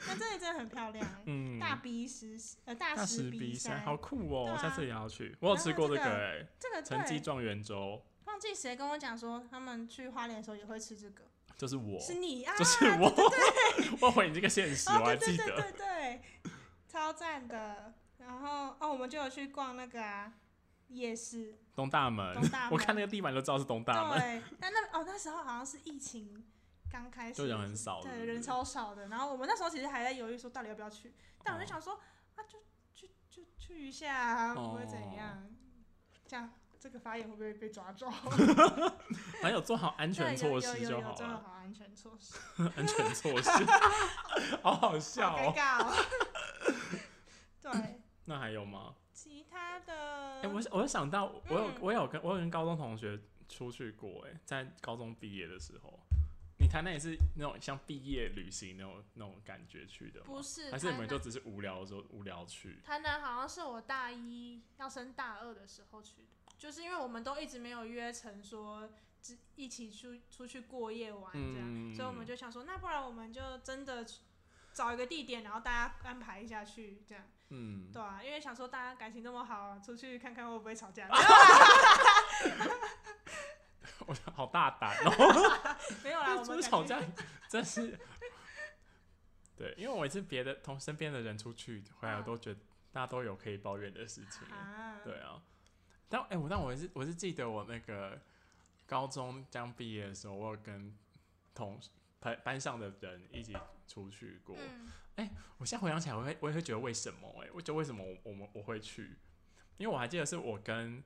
Speaker 2: 那这里真的很漂亮。
Speaker 1: 嗯，
Speaker 2: 大鼻石呃大
Speaker 1: 大
Speaker 2: 石
Speaker 1: 石
Speaker 2: 鼻
Speaker 1: 鼻
Speaker 2: 山，
Speaker 1: 好酷哦！
Speaker 2: 对啊
Speaker 1: 我下次也要去。我有吃过这个哎、
Speaker 2: 这个
Speaker 1: 成绩
Speaker 2: 对，
Speaker 1: 状元粥
Speaker 2: 忘记谁跟我讲说他们去花莲的时候也会吃这个，
Speaker 1: 就是我，
Speaker 2: 是你啊，
Speaker 1: 就是我，我毁你这个现实，我
Speaker 2: 哦，
Speaker 1: 还
Speaker 2: 对
Speaker 1: 记
Speaker 2: 对对
Speaker 1: 得。
Speaker 2: 对对，超赞的。然后哦，我们就有去逛那个啊夜市，
Speaker 1: 东大门
Speaker 2: 东大门
Speaker 1: 嗯我看那个地板就知道是东大门，
Speaker 2: 对，但那哦那时候好像是疫情刚开始，
Speaker 1: 就人很少。是
Speaker 2: 对
Speaker 1: 不是
Speaker 2: 人超少的。然后我们那时候其实还在犹豫说到底要不要去，但我
Speaker 1: 哦
Speaker 2: 就想说、啊，就就就去一下、啊，不会怎样。
Speaker 1: 哦
Speaker 2: 这样这个发言会不会被抓住？
Speaker 1: 还有做好安全
Speaker 2: 对，
Speaker 1: 措
Speaker 2: 有有
Speaker 1: 施
Speaker 2: 有
Speaker 1: 就
Speaker 2: 有
Speaker 1: 好
Speaker 2: 做
Speaker 1: 了，
Speaker 2: 好安全措施，
Speaker 1: 安全措 施，好好笑
Speaker 2: 好尴
Speaker 1: 哦。
Speaker 2: 尬 哦。对，
Speaker 1: 那还有吗？
Speaker 2: 其他的，
Speaker 1: 哎、我我有想到，我有
Speaker 2: 嗯
Speaker 1: 我有跟我有跟高中同学出去过、哎，在高中毕业的时候，你谈那也是那种像毕业旅行那种那种感觉去的吗
Speaker 2: 不？是，
Speaker 1: 还是你
Speaker 2: 台
Speaker 1: 们
Speaker 2: 南
Speaker 1: 就只是无聊的时候无聊去？
Speaker 2: 台南好像是我大一要升大二的时候去的，就是因为我们都一直没有约成说只一起出出去过夜玩这样，
Speaker 1: 嗯，
Speaker 2: 所以我们就想说，那不然我们就真的找一个地点，然后大家安排一下去这样，
Speaker 1: 嗯，
Speaker 2: 对啊，因为想说大家感情那么好，出去看看会不会吵 架，
Speaker 1: 我好大胆哦，
Speaker 2: 没有啊 啦，我
Speaker 1: 出
Speaker 2: 们
Speaker 1: 去吵
Speaker 2: 感情
Speaker 1: 架，真是。对，因为我每次别的同身边的人出去回来，我
Speaker 2: 嗯
Speaker 1: 都觉得大家都有可以抱怨的事情。
Speaker 2: 啊，
Speaker 1: 对啊，但哎、我但我是我是记得我那个高中刚毕业的时候，我有跟同班班上的人一起出去过。
Speaker 2: 嗯，
Speaker 1: 我现在回想起来，我会我也会觉得为什么、哎，我觉得为什么我我们我会去，因为我还记得是我跟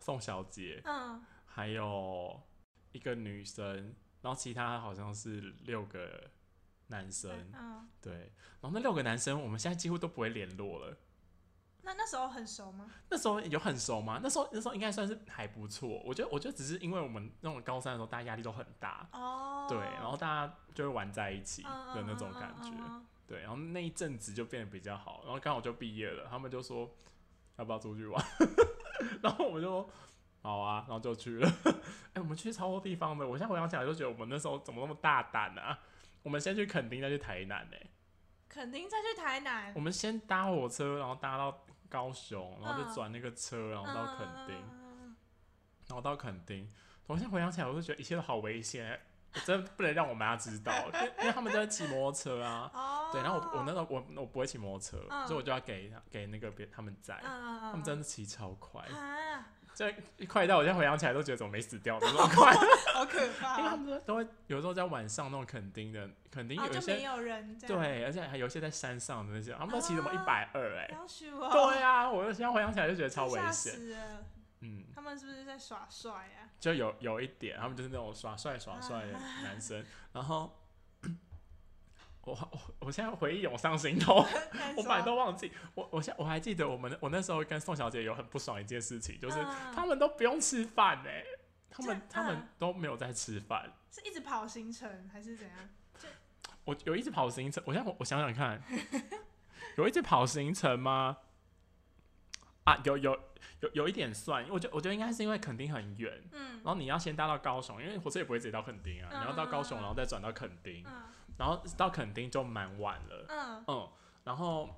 Speaker 1: 宋小姐
Speaker 2: 嗯
Speaker 1: 还有一个女生，然后其他好像是六个男生，
Speaker 2: 嗯嗯，
Speaker 1: 对，然后那六个男生我们现在几乎都不会联络了。
Speaker 2: 那那时候很熟吗？
Speaker 1: 那时候有很熟吗？那时候那时候应该算是还不错。我觉得我觉得只是因为我们那种高三的时候，大家压力都很大，
Speaker 2: 哦，
Speaker 1: 对，然后大家就会玩在一起
Speaker 2: 嗯
Speaker 1: 的那种感觉，
Speaker 2: 嗯嗯嗯嗯
Speaker 1: 对。然后那一阵子就变得比较好，然后刚好就毕业了，他们就说要不要出去玩， 然后我们就好啊，然后就去了。 哎、我们去超多地方的，我现在回想起来就觉得我们那时候怎么那么大胆啊！我们先去垦丁，再去台南呢、
Speaker 2: 肯定再去台南
Speaker 1: 我，们先搭火车，然后搭到高雄，然后就
Speaker 2: 嗯
Speaker 1: 转那个车，然后到垦丁。
Speaker 2: 嗯嗯嗯嗯嗯
Speaker 1: 然后到垦丁，我现在回想起来，我就觉得一切都好危险，我真的不能让我妈知道，因为因为他们都在骑摩托车啊。
Speaker 2: 哦，
Speaker 1: 对，然后我我那时候我我不会骑摩托车，
Speaker 2: 嗯
Speaker 1: 所以我就要给他给那个别他们载，
Speaker 2: 嗯，
Speaker 1: 他
Speaker 2: 他
Speaker 1: 们真的骑超快，
Speaker 2: 啊，
Speaker 1: 这快到我现在回想起来都觉得怎么没死掉的那么 快，
Speaker 2: 好可怕
Speaker 1: 因为他
Speaker 2: 哦，
Speaker 1: 们都都会有时候在晚上那种垦丁的垦丁
Speaker 2: 啊
Speaker 1: 有一
Speaker 2: 就没
Speaker 1: 些、
Speaker 2: 有人这样，
Speaker 1: 对，而且还有一些在山上的那些，他们都骑什么一
Speaker 2: 啊
Speaker 1: 百二 哎，
Speaker 2: 老鼠哦，
Speaker 1: 对啊，我现在回想起来就觉得超危
Speaker 2: 吓
Speaker 1: 险，
Speaker 2: 死了，
Speaker 1: 嗯。
Speaker 2: 他们是不是在耍帅 啊？
Speaker 1: 就有有一点，他们就是那种耍帅耍帅的男生。然后 我我我现在回忆涌上心头， 我本来都忘记。我我现我还记得我们我那时候跟宋小姐有很不爽一件事情，就是
Speaker 2: 嗯
Speaker 1: 他们都不用吃饭哎、他们
Speaker 2: 这
Speaker 1: 他们
Speaker 2: 嗯
Speaker 1: 都没有在吃饭。
Speaker 2: 是一直跑行程还是怎样？
Speaker 1: 我有一直跑行程，我现在我我想想 看，有一直跑行程吗？啊，有有有有一点算，我觉得我觉得应该是因为垦丁很远，
Speaker 2: 嗯
Speaker 1: 然后你要先搭到高雄，因为火车也不会直接到垦丁啊，
Speaker 2: 嗯
Speaker 1: 你要到高雄，
Speaker 2: 嗯嗯
Speaker 1: 然后再转到垦丁，
Speaker 2: 嗯
Speaker 1: 然后到垦丁就蛮晚了，
Speaker 2: 嗯，
Speaker 1: 嗯，然后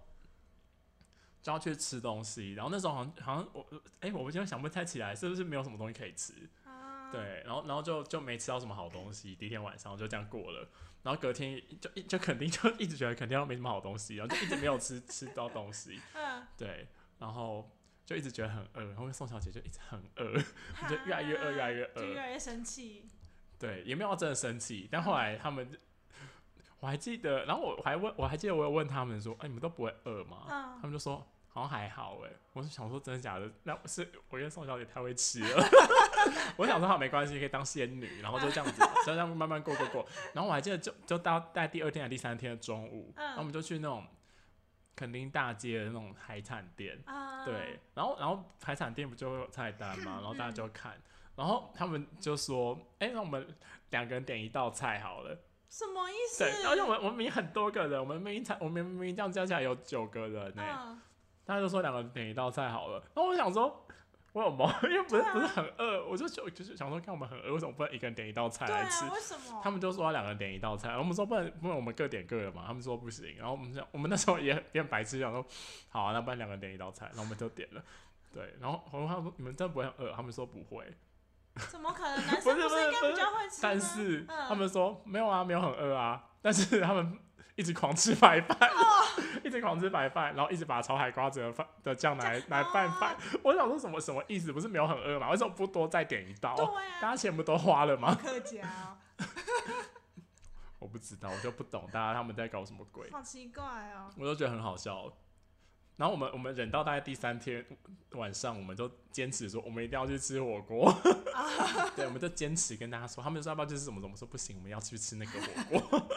Speaker 1: 就要去吃东西，然后那时候好像好像我哎、我现在想不太起来是不是没有什么东西可以吃，
Speaker 2: 啊，
Speaker 1: 对，然后然后就就没吃到什么好东西，第一天晚上就这样过了，然后隔天就一就肯定就一直觉得肯定没什么好东西，然后就一直没有吃 吃到东西，
Speaker 2: 嗯，
Speaker 1: 对，然后就一直觉得很饿，然后宋小姐就一直很饿。
Speaker 2: 哈
Speaker 1: 就越来越饿越来越饿
Speaker 2: 就越来越生气，
Speaker 1: 对，也没有到真的生气，但后来他们就，我还记得，然后我还问，我还记得我有问他们说，哎、你们都不会饿吗？
Speaker 2: 嗯
Speaker 1: 他们就说好像还好哎、我是想说真的假的？那是我觉得宋小姐太会吃了。 我想说好没关系，可以当仙女，然后就这样子，就这样慢慢过过过。然后我还记得就就到在第二天还是第三天的中午，
Speaker 2: 嗯
Speaker 1: 然后我们就去那种垦丁大街的那种海产店，
Speaker 2: 啊，
Speaker 1: 对，然后然后海产店不就会有菜单嘛，然后大家就看，然后他们就说，哎、那我们两个人点一道菜好了。
Speaker 2: 什么意思？
Speaker 1: 对，而且我们我们明明很多个人，我们明明才我们明明这样加起来有九个人欸呢、
Speaker 2: 嗯，
Speaker 1: 大家就说两个人点一道菜好了。然后我想说，我有毛，因为不是、
Speaker 2: 啊
Speaker 1: 不是很饿，我就就就是想说，看我们很饿，为什么不能一个人点一道菜
Speaker 2: 对
Speaker 1: 来吃
Speaker 2: 啊，？为什么？
Speaker 1: 他们就说要两个人点一道菜，然后我们说不然不然我们各点各的嘛，他们说不行，然后我们想我们那时候也很也很白痴，想说好啊，那不然两个人点一道菜，然后我们就点了，对，然后然后他们说你们真的不会很饿，他们说不会，
Speaker 2: 怎么可能？男
Speaker 1: 不
Speaker 2: 生
Speaker 1: 是
Speaker 2: 不
Speaker 1: 不是
Speaker 2: 应
Speaker 1: 不
Speaker 2: 该
Speaker 1: 是
Speaker 2: 比较会吃吗？
Speaker 1: 但是、
Speaker 2: 嗯
Speaker 1: 他们说没有啊，没有很饿啊， 但是他们一直狂吃白饭，
Speaker 2: 哦
Speaker 1: 一直狂吃白饭，然后一直把炒海瓜子的饭的酱 拿来拿来拌饭，我想说什么什么意思？不是没有很饿吗？为什么不多再点一道？
Speaker 2: 对
Speaker 1: 大
Speaker 2: 啊，
Speaker 1: 家钱不都花了吗？
Speaker 2: 客家哦，
Speaker 1: 我不知道，我就不懂大家他们在搞什么鬼。
Speaker 2: 好奇怪哦。
Speaker 1: 我都觉得很好笑。然后我们我们忍到大概第三天晚上，我们就坚持说我们一定要去吃火锅。
Speaker 2: 啊
Speaker 1: 对，我们就坚持跟大家说，他们就说要不要去吃什么什么，我说不行，我们要去吃那个火锅。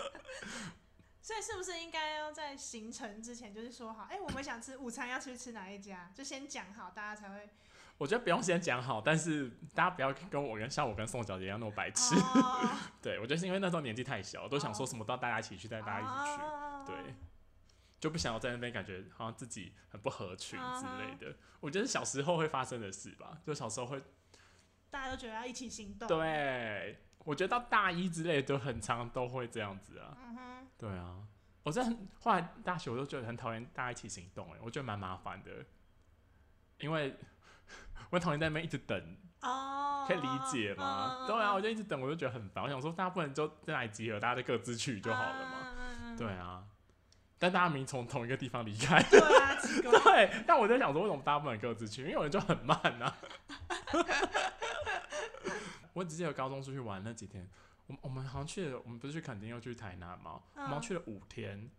Speaker 2: 所以是不是应该要在行程之前就是说好，哎、我们想吃午餐要去吃哪一家，就先讲好，大家才会。
Speaker 1: 我觉得不用先讲好，但是大家不要跟我跟像我跟宋小姐一样那么白痴。
Speaker 2: 哦，
Speaker 1: 对，我觉得是因为那时候年纪太小，都想说什么都要大家一起去，带大家一起去，
Speaker 2: 哦
Speaker 1: 对就不想要在那边感觉好像自己很不合群之类
Speaker 2: 哦
Speaker 1: 的。我觉得是小时候会发生的事吧，就小时候会
Speaker 2: 大家都觉得要一起行动。，
Speaker 1: 对，我觉得到大一之类都很常都会这样子啊。
Speaker 2: 嗯哼，
Speaker 1: 对啊，我真的很后来大学我都觉得很讨厌大家一起行动、欸，我觉得蛮麻烦的，因为 我很讨厌在那边一直等，
Speaker 2: 哦，
Speaker 1: 可以理解吗？
Speaker 2: 嗯
Speaker 1: 对啊，我就一直等，我就觉得很烦。我想说，大家不能就在那里集合，大家就各自去就好了嘛。
Speaker 2: 嘛
Speaker 1: 对啊，但大家明明从同一个地方离开。
Speaker 2: 对啊，奇怪。
Speaker 1: 对，但我在想说，为什么大家不能各自去？因为有人就很慢啊。 我只记得高中出去玩那几天，我们我们好像去了，我们不是去垦丁又去台南嘛，我们好像
Speaker 2: 嗯
Speaker 1: 去了五天，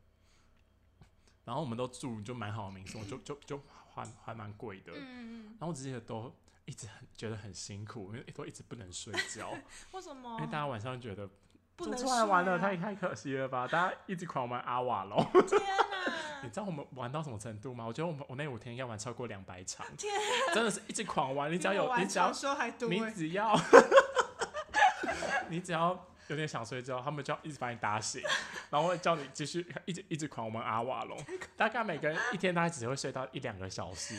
Speaker 1: 然后我们都住就蛮好的民宿，就就就还还蛮贵的。
Speaker 2: 嗯嗯
Speaker 1: 然后我只记得都一直很觉得很辛苦，因为都一直不能睡觉，
Speaker 2: 嗯，为什么
Speaker 1: 因哎为？大家晚上觉得
Speaker 2: 不
Speaker 1: 就
Speaker 2: 能
Speaker 1: 出来玩
Speaker 2: 睡
Speaker 1: 了
Speaker 2: 啊
Speaker 1: 太太可惜了吧？大家一直狂玩阿瓦隆。
Speaker 2: 天
Speaker 1: 你
Speaker 2: 哪！
Speaker 1: 知道我们玩到什么程度吗？我觉得我们我那五天应该玩超过两百场，
Speaker 2: 天啊
Speaker 1: 真的是一直狂玩。 你只要
Speaker 2: 比我
Speaker 1: 有，你
Speaker 2: 玩
Speaker 1: 只要
Speaker 2: 小，说还多
Speaker 1: 你
Speaker 2: 欸
Speaker 1: 只要， 你只要有点想睡觉，他们就要一直把你打醒，然后会叫你继续一直一直狂玩阿瓦隆。大概每个人一天大概只会睡到一两个小时，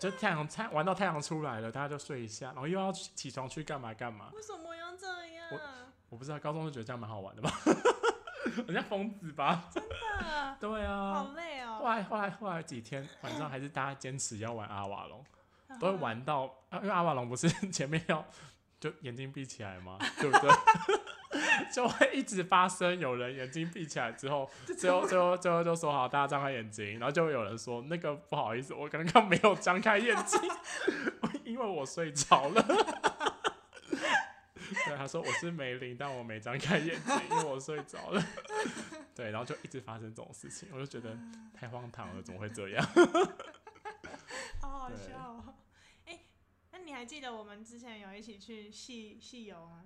Speaker 1: 就太阳太玩到太阳出来了，大家就睡一下，然后又要去起床去干嘛干嘛。
Speaker 2: 为什么要这样？
Speaker 1: 我不知道高中就觉得这样蛮好玩的 吧，人家疯子吧？
Speaker 2: 啊
Speaker 1: 对啊，
Speaker 2: 好累哦
Speaker 1: 后。来后来后来几天晚上还是大家坚持要玩阿瓦隆， 都会
Speaker 2: 嗯
Speaker 1: 玩到，啊、因为阿瓦隆不是 前面要就眼睛闭起来吗？对不对？ 就会一直发生有人眼睛闭起来之后，最后最后最后就说好，大家张开眼睛，然后就会有人说那个不好意思，我刚刚没有张开眼睛， 因为我睡着了。 对，他说我是梅林，但我没张开眼睛，因为我睡着了。 对，然后就一直发生这种事情，我就觉得
Speaker 2: 嗯
Speaker 1: 太荒唐了，怎么会这样？
Speaker 2: 好好
Speaker 1: 对
Speaker 2: 笑 哦。哎，那你还记得我们之前有一起去戏戏游吗？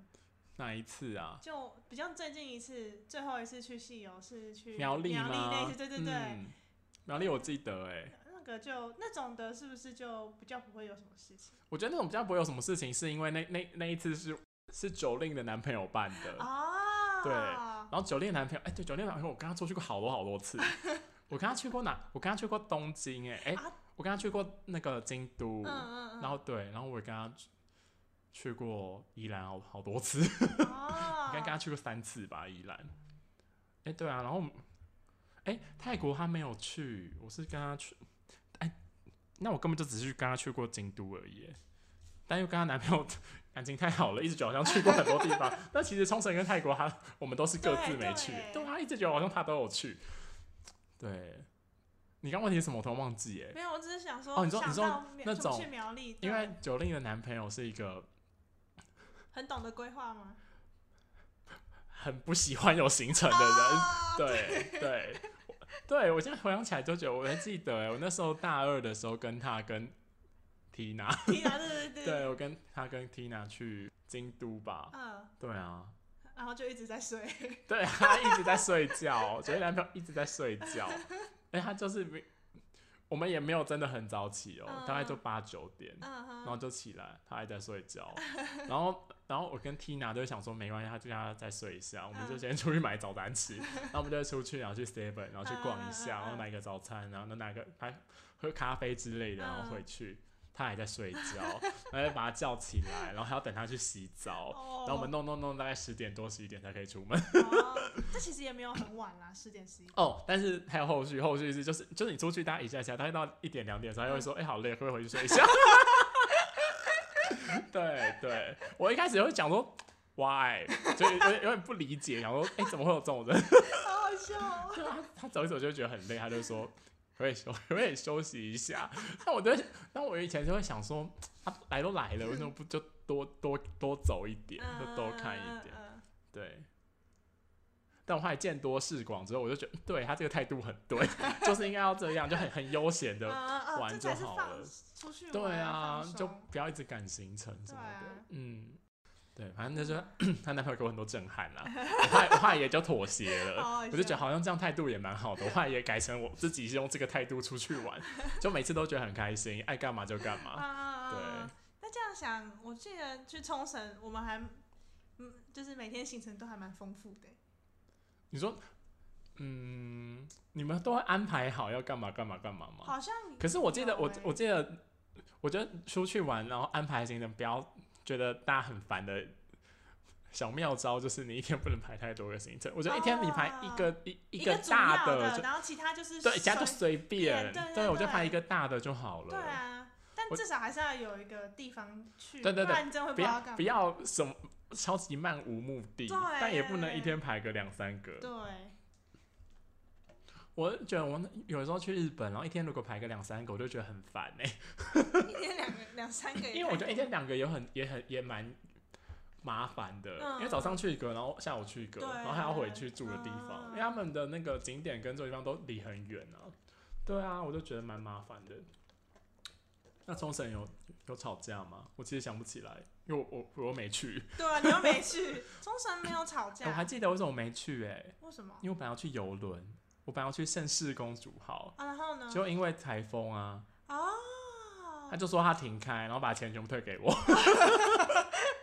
Speaker 1: 那一次啊？
Speaker 2: 就比较最近一次，最后一次去戏游是去
Speaker 1: 苗栗
Speaker 2: 苗栗那
Speaker 1: 吗？
Speaker 2: 次，对对对，
Speaker 1: 嗯苗栗我记得哎、
Speaker 2: 那个就那种的，是不是就比较不会有什么事情？
Speaker 1: 我觉得那种比较不会有什么事情，是因为那那那一次是是九令的男朋友办的，
Speaker 2: 哦，
Speaker 1: 对然后九令的男朋友，哎、对，九令的男朋友，我跟他出去过好多好多 次，我跟他去过哪？我跟他去过东京、哎、哎、
Speaker 2: 啊
Speaker 1: 我跟他去过那个京都，
Speaker 2: 嗯嗯嗯，
Speaker 1: 然后对，然后我也跟他去去过宜兰好好多次，
Speaker 2: 哦
Speaker 1: 应，该跟他去过三次吧，宜兰。哎、对啊，然后，哎、泰国他没有去，我是跟他去，哎、那我根本就只是跟他去过京都而已耶，但又跟她男朋友 感情太好了，一直觉得好像去过很多地 方，但其实冲绳跟泰国他我们都是各自
Speaker 2: 对
Speaker 1: 没
Speaker 2: 对
Speaker 1: 去，对啊，一直觉得好像他都有去。对，你刚问题是什么我突然忘记耶，
Speaker 2: 没有，我只是想说，
Speaker 1: 哦你说
Speaker 2: 想
Speaker 1: 你说
Speaker 2: 到苗
Speaker 1: 那种
Speaker 2: 去苗栗，对
Speaker 1: 因为九令的男朋友是一个
Speaker 2: 很懂得规划吗？
Speaker 1: 很不喜欢有行程的人。
Speaker 2: 啊
Speaker 1: 对对，我对我现在回想起来都觉得我还记得哎，我那时候大二的时候跟他跟 Tina，
Speaker 2: 提拿啊对对对，
Speaker 1: 对我跟他跟 Tina 去京都吧，
Speaker 2: 嗯，
Speaker 1: 对啊，
Speaker 2: 然后就一直在睡，
Speaker 1: 对他一直在睡觉，觉得男朋友一直在睡觉，哎他就是没我们也没有真的很早起哦、
Speaker 2: 嗯
Speaker 1: 大概就八九点，
Speaker 2: 嗯
Speaker 1: 然后
Speaker 2: 哼，
Speaker 1: 就起来，他还在睡觉，然后然后我跟 Tina 就想说没关系，他就让他再睡一下，我们就
Speaker 2: 嗯
Speaker 1: 先出去买早餐吃，然后我们就会出去，然后去 Seven，然后去逛一下，
Speaker 2: 嗯嗯嗯嗯
Speaker 1: 然后买个早餐，然后那拿个还喝咖啡之类的，然后
Speaker 2: 嗯
Speaker 1: 回去，他还在睡觉，然后就把他叫起来，然后还要等他去洗澡，
Speaker 2: 哦
Speaker 1: 然后我们弄弄弄，大概十点多十一点才可以出门。
Speaker 2: 哦，这其实也没有很晚啦，十点十一。
Speaker 1: 哦，但是还有后续，后续是就是就是你出去大家一下下，大概到一点两点的时候，他会说：“哎、好累，可不可以回去睡一下？” 对对，我一开始会讲说 why，就有点有点不理解，想说：“哎、怎么会有这种人
Speaker 2: 好好笑、哦。？”
Speaker 1: 他走一走就觉得很累，他就说：“可不可以休，可 不可以休息一下？”那我就会，那我以前就会想说：“他、来都来了，为什么不就多多多走一点，就多看一点？”
Speaker 2: 嗯
Speaker 1: 对。但我后来见多识广之后，我就觉得对他这个态度很 对，就是应该要这样，就很很悠闲
Speaker 2: 嗯嗯
Speaker 1: 的。
Speaker 2: 嗯嗯
Speaker 1: 玩
Speaker 2: 这
Speaker 1: 就
Speaker 2: 才是
Speaker 1: 好
Speaker 2: 放
Speaker 1: 了
Speaker 2: 出去玩
Speaker 1: 对啊
Speaker 2: 放，
Speaker 1: 就
Speaker 2: 松
Speaker 1: 不要一直赶行程什么
Speaker 2: 对
Speaker 1: 的
Speaker 2: 啊。
Speaker 1: 嗯，对，反正就是 她男朋友给我很多震撼啦。我后来我后来也就妥协
Speaker 2: 哦好
Speaker 1: 了，
Speaker 2: 好
Speaker 1: 我就觉得
Speaker 2: 笑
Speaker 1: 好像这样态度也蛮好的。我后来也改成我自己是用这个态度出去 玩，就每次都觉得很开心，爱干嘛就干嘛。
Speaker 2: 啊，
Speaker 1: 对
Speaker 2: 嗯嗯那这样想，我记得去冲绳，我们还嗯，就是每天行程都还蛮丰富的欸。
Speaker 1: 你说，嗯，你们都会安排好要干嘛干嘛干嘛吗？
Speaker 2: 好像
Speaker 1: 可是我记得
Speaker 2: 有
Speaker 1: 我
Speaker 2: 欸
Speaker 1: 我记得，我觉得出去玩然后安排行程，不要觉得大家很烦的小妙招，就是你一天不能排太多个行程。我觉得一天你排一个、一
Speaker 2: 啊一
Speaker 1: 个
Speaker 2: 主
Speaker 1: 大
Speaker 2: 要的，
Speaker 1: 就
Speaker 2: 然后其他就是
Speaker 1: 对，其他就
Speaker 2: 随
Speaker 1: 随便，
Speaker 2: 便对对
Speaker 1: 我就
Speaker 2: 对
Speaker 1: 排一个大的就好了。
Speaker 2: 对啊，但
Speaker 1: 我
Speaker 2: 至少还是要有一个地方去，
Speaker 1: 对对对
Speaker 2: 不然你真会不
Speaker 1: 不
Speaker 2: 知
Speaker 1: 要
Speaker 2: 道干
Speaker 1: 不
Speaker 2: 嘛。
Speaker 1: 要什么超级漫无目的，
Speaker 2: 对
Speaker 1: 但也不能一天排个两三个。
Speaker 2: 对，
Speaker 1: 我觉得我那有时候去日本，然后一天如果排个两三个，我就觉得很烦哎、
Speaker 2: 一天两个两三个也太多了，
Speaker 1: 因为我觉得一天两个也很也很也蛮麻烦的，
Speaker 2: 嗯
Speaker 1: 因为早上去一个，然后下午去一个，
Speaker 2: 对
Speaker 1: 然后还要回去住的地方，
Speaker 2: 嗯
Speaker 1: 因为他们的那个景点跟这个地方都离很远啊。对啊，我就觉得蛮麻烦的。那冲绳有有吵架吗？我其实想不起来，因为我我我又没去，
Speaker 2: 对啊，你又没去，冲绳没有吵
Speaker 1: 我哦还
Speaker 2: 架，
Speaker 1: 记得为什么我没去哎、
Speaker 2: 为什么
Speaker 1: 因为我本来要去游轮，我本来要去盛世公主号，
Speaker 2: 啊？然后呢？
Speaker 1: 就因为台风啊，
Speaker 2: 哦
Speaker 1: 他，就说他停开，然后把钱全部退给我，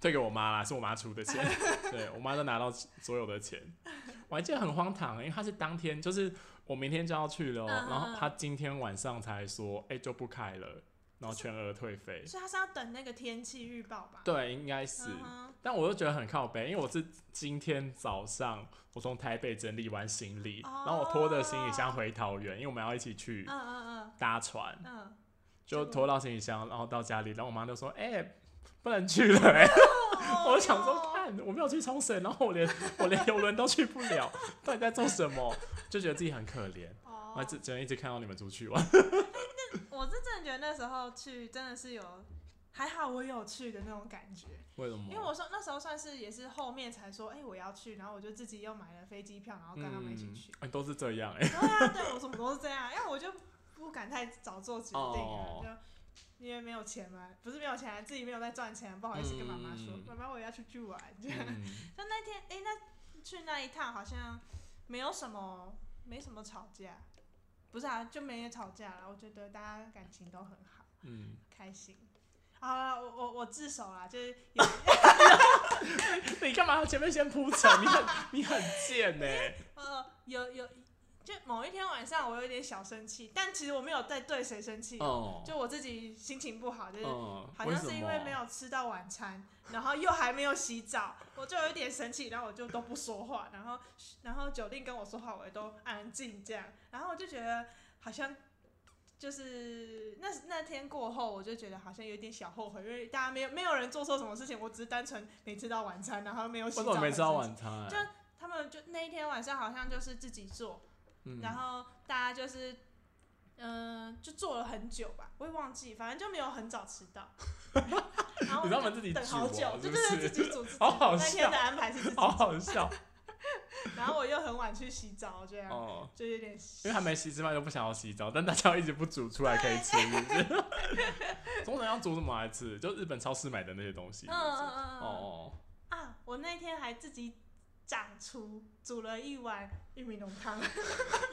Speaker 1: 退给我妈啦，是我妈出的 钱，对我妈就拿到所有的钱。我还记得很荒唐，因为他是当天，就是我明天就要去了哦、
Speaker 2: 嗯嗯
Speaker 1: 然后
Speaker 2: 嗯
Speaker 1: 他今天晚上才说，哎、就不开了，然后全额退费。
Speaker 2: 所以他是要等那个天气预报吧？
Speaker 1: 对，应该是。
Speaker 2: 嗯哼，
Speaker 1: 但我就觉得很靠背，因为我是今天早上我从台北整理完行李，然后我拖着行李箱回桃园，因为我们要一起去
Speaker 2: 哦嗯嗯
Speaker 1: 搭船。
Speaker 2: 嗯嗯，
Speaker 1: 就
Speaker 2: 结果
Speaker 1: 拖到行李箱，然后到家里，然后我妈就说：“哎、不能去了、欸。
Speaker 2: 哦
Speaker 1: 我想
Speaker 2: 哟
Speaker 1: 说，看我没有去冲绳，然后我连我连游轮都去不了，到底在做什么？就觉得自己很可怜，
Speaker 2: 哦
Speaker 1: 我只只能一直看到你们出去玩。
Speaker 2: 我是真的觉得那时候去真的是有，还好我有去的那种感觉，
Speaker 1: 为什么？
Speaker 2: 因为我说那时候算是也是后面才说，哎、我要去，然后我就自己又买了飞机票，然后跟他们一起去。
Speaker 1: 嗯哎都是这样 哎、
Speaker 2: 对啊，对我怎么都是这样，因为我就不敢太早做决定
Speaker 1: 哦
Speaker 2: 啊，就因为没有钱嘛，不是没有钱，自己没有在赚钱，不好意思跟妈妈说，
Speaker 1: 嗯
Speaker 2: 妈妈我也要出去啊玩。就、
Speaker 1: 嗯，
Speaker 2: 那天，哎、那去那一趟好像没有什么，没什么吵架，不是啊，就没有吵架了。我觉得大家感情都很好。
Speaker 1: 嗯，
Speaker 2: 开心。啊，我我我自首啦，就是也
Speaker 1: 你干嘛前面先铺陈？你很你很贱哎、
Speaker 2: 呃有有，就某一天晚上我有点小生气，但其实我没有在对谁生气，
Speaker 1: 哦
Speaker 2: 就我自己心情不好，就是
Speaker 1: 嗯，
Speaker 2: 好像是因为没有吃到晚餐，然后又还没有洗澡， 我就有点生气，然后我就都不说话，然后然后九令跟我说话，我也都安静这样，然后我就觉得好像就是那那天过后，我就觉得好像有点小后悔，因为大家没有没有人做错什么事情，我只是单纯没吃到晚餐，然后没有洗
Speaker 1: 为什
Speaker 2: 澡，
Speaker 1: 么没吃到
Speaker 2: 很生气。
Speaker 1: 晚餐？
Speaker 2: 就他们就那一天晚上好像就是自己做，
Speaker 1: 嗯
Speaker 2: 然后大家就是，嗯、就做了很久吧，我也忘记，反正就没有很早吃 到。然后
Speaker 1: 你知道我们自己
Speaker 2: 等
Speaker 1: 煮
Speaker 2: 好
Speaker 1: 哦
Speaker 2: 久，
Speaker 1: 是
Speaker 2: 对
Speaker 1: 不
Speaker 2: 对
Speaker 1: 是
Speaker 2: 对，自己煮自己煮。
Speaker 1: 好好
Speaker 2: 那天
Speaker 1: 笑
Speaker 2: 的安排是自己
Speaker 1: 好
Speaker 2: 煮，
Speaker 1: 好笑，
Speaker 2: 然后我又很晚去洗澡，这样、
Speaker 1: 哦，
Speaker 2: 就有点
Speaker 1: 因为还没洗之外都不想要洗澡，但大家又一直不煮出来可以吃，是不是 通常要煮什么来吃？就日本超市买的那些东西。
Speaker 2: 嗯
Speaker 1: 是不是
Speaker 2: 嗯嗯嗯嗯
Speaker 1: 哦，
Speaker 2: 啊！我那天还自己掌厨煮了一碗玉米浓汤，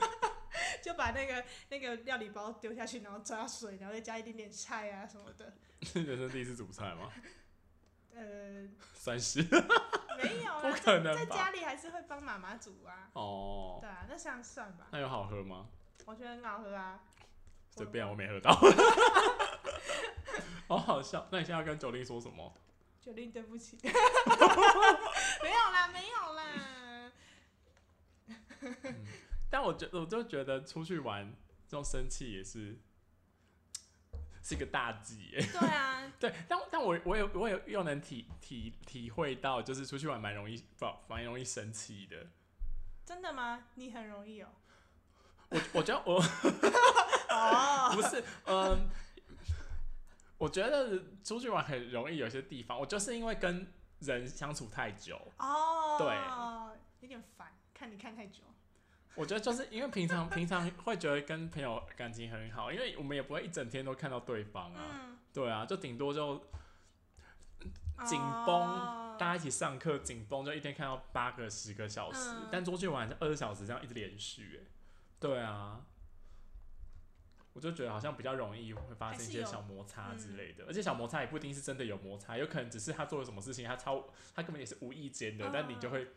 Speaker 2: 就把那个那个料理包丢下去，然后抓水，然后再加一点点菜啊什么的。
Speaker 1: 是人生第一次煮菜吗？
Speaker 2: 呃，
Speaker 1: 算是
Speaker 2: 没有啦，
Speaker 1: 不可能
Speaker 2: 在
Speaker 1: 吧
Speaker 2: 家里还是会帮妈妈煮啊。
Speaker 1: 哦。
Speaker 2: 对啊，那这样算吧，
Speaker 1: 那有好喝吗？
Speaker 2: 我觉得很好喝啊。
Speaker 1: 随便啊，我没喝到。 好好笑。那你现在要跟九令说什么？
Speaker 2: 九令，对不起， 没有啦，没有啦。
Speaker 1: 但我觉我就觉得出去玩这种生气也是是一个大忌耶。
Speaker 2: 对啊，
Speaker 1: 对，但但我我有我有又能体体体会到，就是出去玩蛮容易不蛮容易生气的。
Speaker 2: 真的吗？你很容易哦。
Speaker 1: 我我觉得我
Speaker 2: 哦，
Speaker 1: 不是，嗯，我觉得出去玩很容易，有些地方我就是因为跟人相处太久，
Speaker 2: 哦，对，有点烦，看你看太久。
Speaker 1: 我觉得就是因为平常 平常会觉得跟朋友感情很好，因为我们也不会一整天都看到对方啊，
Speaker 2: 嗯，
Speaker 1: 对啊，就顶多就紧绷
Speaker 2: 哦
Speaker 1: 大家一起上课紧绷，就一天看到八个十个小时，
Speaker 2: 嗯
Speaker 1: 但出去玩是二十小时这样一直连续、欸，对啊，我就觉得好像比较容易会发生一些
Speaker 2: 还是有
Speaker 1: 小摩擦之类
Speaker 2: 嗯
Speaker 1: 的，而且小摩擦也不一定是真的有摩擦，有可能只是他做了什么事情，他超他根本也是无意间的，
Speaker 2: 嗯
Speaker 1: 但你就会突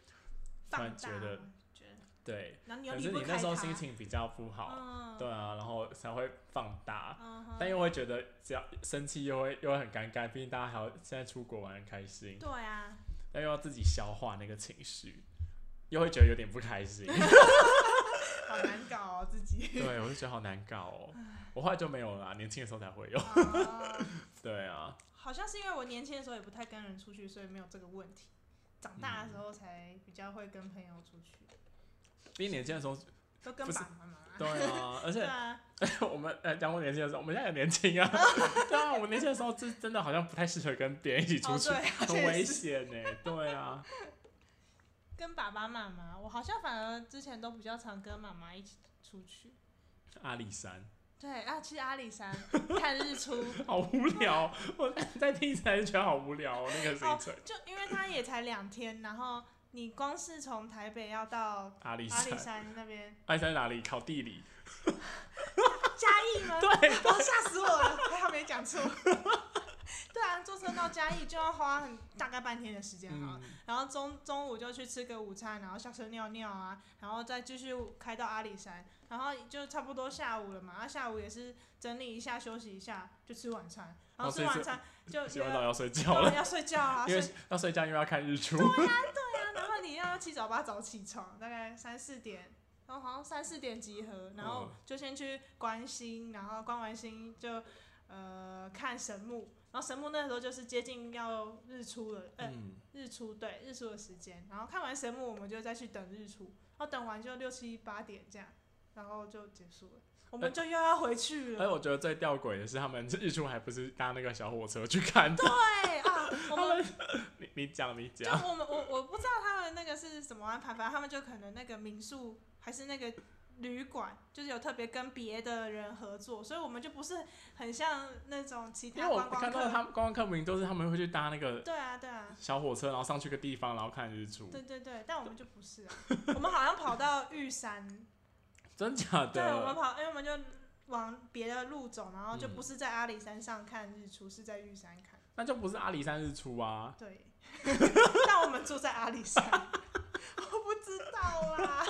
Speaker 2: 放
Speaker 1: 然
Speaker 2: 大，
Speaker 1: 觉得
Speaker 2: 觉得，
Speaker 1: 对，
Speaker 2: 然后你又
Speaker 1: 可
Speaker 2: 离
Speaker 1: 是
Speaker 2: 不
Speaker 1: 你
Speaker 2: 开
Speaker 1: 那时候
Speaker 2: 它
Speaker 1: 心，情比较不好，
Speaker 2: 嗯，
Speaker 1: 对啊，然后才会放大。
Speaker 2: 嗯哼
Speaker 1: 但又会觉得，只要生气又会又会很尴尬，毕竟大家还要现在出国玩很开心，
Speaker 2: 对啊，
Speaker 1: 但又要自己消化那个情绪，又会觉得有点不开 心。
Speaker 2: 好难搞哦自己。
Speaker 1: 对，我就觉得好难搞哦。我后来就没有了啦，啊年轻的时候才会有。
Speaker 2: 哦
Speaker 1: 对啊，
Speaker 2: 好像是因为我年轻的时候也不太跟人出去，所以没有这个问题。长大的
Speaker 1: 嗯
Speaker 2: 时候才比较会跟朋友出去，
Speaker 1: 毕竟年轻的时候，
Speaker 2: 都跟
Speaker 1: 不是
Speaker 2: 爸爸妈妈。
Speaker 1: 对 啊，而且
Speaker 2: 对啊，
Speaker 1: 我们呃讲我年轻的时候，我们现在也年轻 啊。对啊，我们年轻的时候真真的好像不太适合跟别人一起出
Speaker 2: 哦
Speaker 1: 去，
Speaker 2: 对啊，
Speaker 1: 很
Speaker 2: 确
Speaker 1: 危
Speaker 2: 实
Speaker 1: 险呢、对啊，
Speaker 2: 跟爸爸妈妈，我好像反而之前都比较常跟妈妈一起出去。
Speaker 1: 阿里山
Speaker 2: 对啊，去阿 里山看日出，
Speaker 1: 好无 聊，我在听起来就觉得好无聊、哦、那个行程。
Speaker 2: 就因为它也才两天，然后你光是从台北要到
Speaker 1: 阿里
Speaker 2: 阿里
Speaker 1: 山，
Speaker 2: 山那边，
Speaker 1: 阿里山哪里？考地理。
Speaker 2: 嘉义吗？
Speaker 1: 对，
Speaker 2: 哦，吓死我了，还好没讲错。 对啊，坐车到嘉义就要花很大概半天的时间好了，
Speaker 1: 嗯，
Speaker 2: 然后中中午就去吃个午餐，然后下车尿尿啊，然后再继续开到阿里山，然后就差不多下午了嘛，啊下午也是整理一下休息一下，就吃晚餐，然后
Speaker 1: 哦所
Speaker 2: 吃
Speaker 1: 以
Speaker 2: 晚
Speaker 1: 是
Speaker 2: 餐就
Speaker 1: 洗完
Speaker 2: 又
Speaker 1: 澡
Speaker 2: 要
Speaker 1: 要睡觉
Speaker 2: 当然
Speaker 1: 了，
Speaker 2: 要睡觉啊，
Speaker 1: 因为
Speaker 2: 睡
Speaker 1: 要睡觉，因为要看日出。
Speaker 2: 啊，然后你要七早八早起床，大概三四点，然后好像三四点集合，然后
Speaker 1: 嗯
Speaker 2: 就先去观星，然后观完星就呃看神木，然后神木那时候就是接近要日出了，呃、
Speaker 1: 嗯，
Speaker 2: 日出对日出的时间，然后看完神木我们就再去等日出，然后等完就六七八点这样，
Speaker 1: 哎
Speaker 2: 然后就结束了，我们就又要回去
Speaker 1: 而且
Speaker 2: 了。
Speaker 1: 我觉得最吊诡的是，他们日出还不是搭那个小火车去看的。哎
Speaker 2: 对啊，我们
Speaker 1: 你你讲你
Speaker 2: 就
Speaker 1: 讲，
Speaker 2: 我们我我不知道他们那个是怎么安排，反正他们就可能那个民宿还是那个旅馆，就是有特别跟别的人合作，所以我们就不是很像那种其
Speaker 1: 因
Speaker 2: 他
Speaker 1: 为我看
Speaker 2: 观光
Speaker 1: 到
Speaker 2: 客。
Speaker 1: 他们观光客明都是他们会去搭那个
Speaker 2: 对啊，对啊，
Speaker 1: 小火车，然后上去个地方，然后看日出。
Speaker 2: 对对对，但我们就不是啊，我们好像跑到玉山，
Speaker 1: 真假
Speaker 2: 对，啊我
Speaker 1: 的？
Speaker 2: 们跑，因为我们就往别的路走，然后就
Speaker 1: 嗯
Speaker 2: 不是在阿里山上看日出，是在玉山看。
Speaker 1: 那就不是阿里山日出啊。
Speaker 2: 对，但我们住在阿里山，我不知道啦，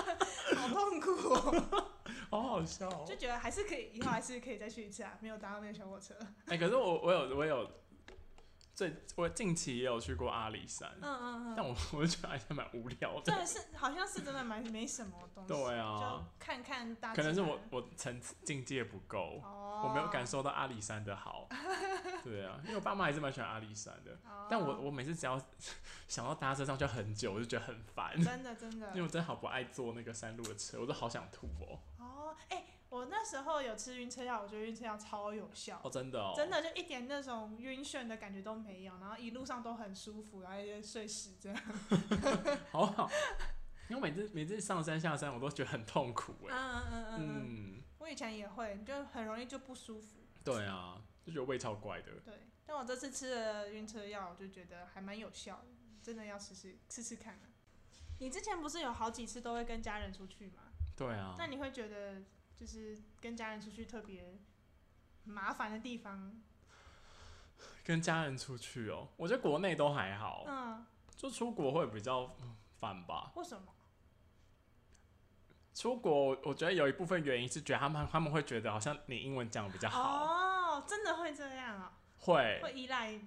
Speaker 2: 好痛苦哦、
Speaker 1: 好好笑、哦
Speaker 2: 就。觉得还是可以，以后还是可以再去一次啊，没有搭到那个小火车。嗯
Speaker 1: 哎、可是我我有我有最我近期也有去过阿里山，
Speaker 2: 嗯
Speaker 1: 但我我就觉得还是蛮无聊的。
Speaker 2: 对，是好像是真的蛮没什么东西，
Speaker 1: 对
Speaker 2: 就
Speaker 1: 啊，
Speaker 2: 看看大自
Speaker 1: 可能
Speaker 2: 然。
Speaker 1: 是 我我层次境界不够，
Speaker 2: 哦，
Speaker 1: 我没有感受到阿里山的 好。对啊，因为我爸妈还是蛮喜欢阿里山的，
Speaker 2: 哦，
Speaker 1: 但我我每次只要 想要搭车上去很久，我就觉得很烦。
Speaker 2: 真的真
Speaker 1: 因为
Speaker 2: 的
Speaker 1: 我真的好不爱坐那个山路的车，我都好想吐哦、
Speaker 2: 哦，哎、我那时候有吃晕车药，我觉得晕车药超有效。
Speaker 1: 哦，真的哦、
Speaker 2: 真的就一点那种晕眩的感觉都没有，然后一路上都很舒服，然后就睡死这样。
Speaker 1: 好好。因为每次每次上山下山，我都觉得很痛苦
Speaker 2: 嗯
Speaker 1: 哎、
Speaker 2: 嗯嗯嗯嗯，
Speaker 1: 嗯，
Speaker 2: 我以前也会，就很容易就不舒服。
Speaker 1: 对啊，就觉得胃超怪的。
Speaker 2: 对，但我这次吃了晕车药，我就觉得还蛮有效的，真的要试试试试看、啊。你之前不是有好几次都会跟家人出去吗？
Speaker 1: 对啊，
Speaker 2: 那你会觉得就是跟家人出去特别麻烦的地方？
Speaker 1: 跟家人出去哦、我觉得国内都还好，
Speaker 2: 嗯，
Speaker 1: 就出国会比较嗯烦吧。
Speaker 2: 为什么？
Speaker 1: 出国我觉得有一部分原因是觉得他们他们会觉得好像你英文讲的比较好，
Speaker 2: 哦，真的会这样啊、
Speaker 1: 会
Speaker 2: 会依赖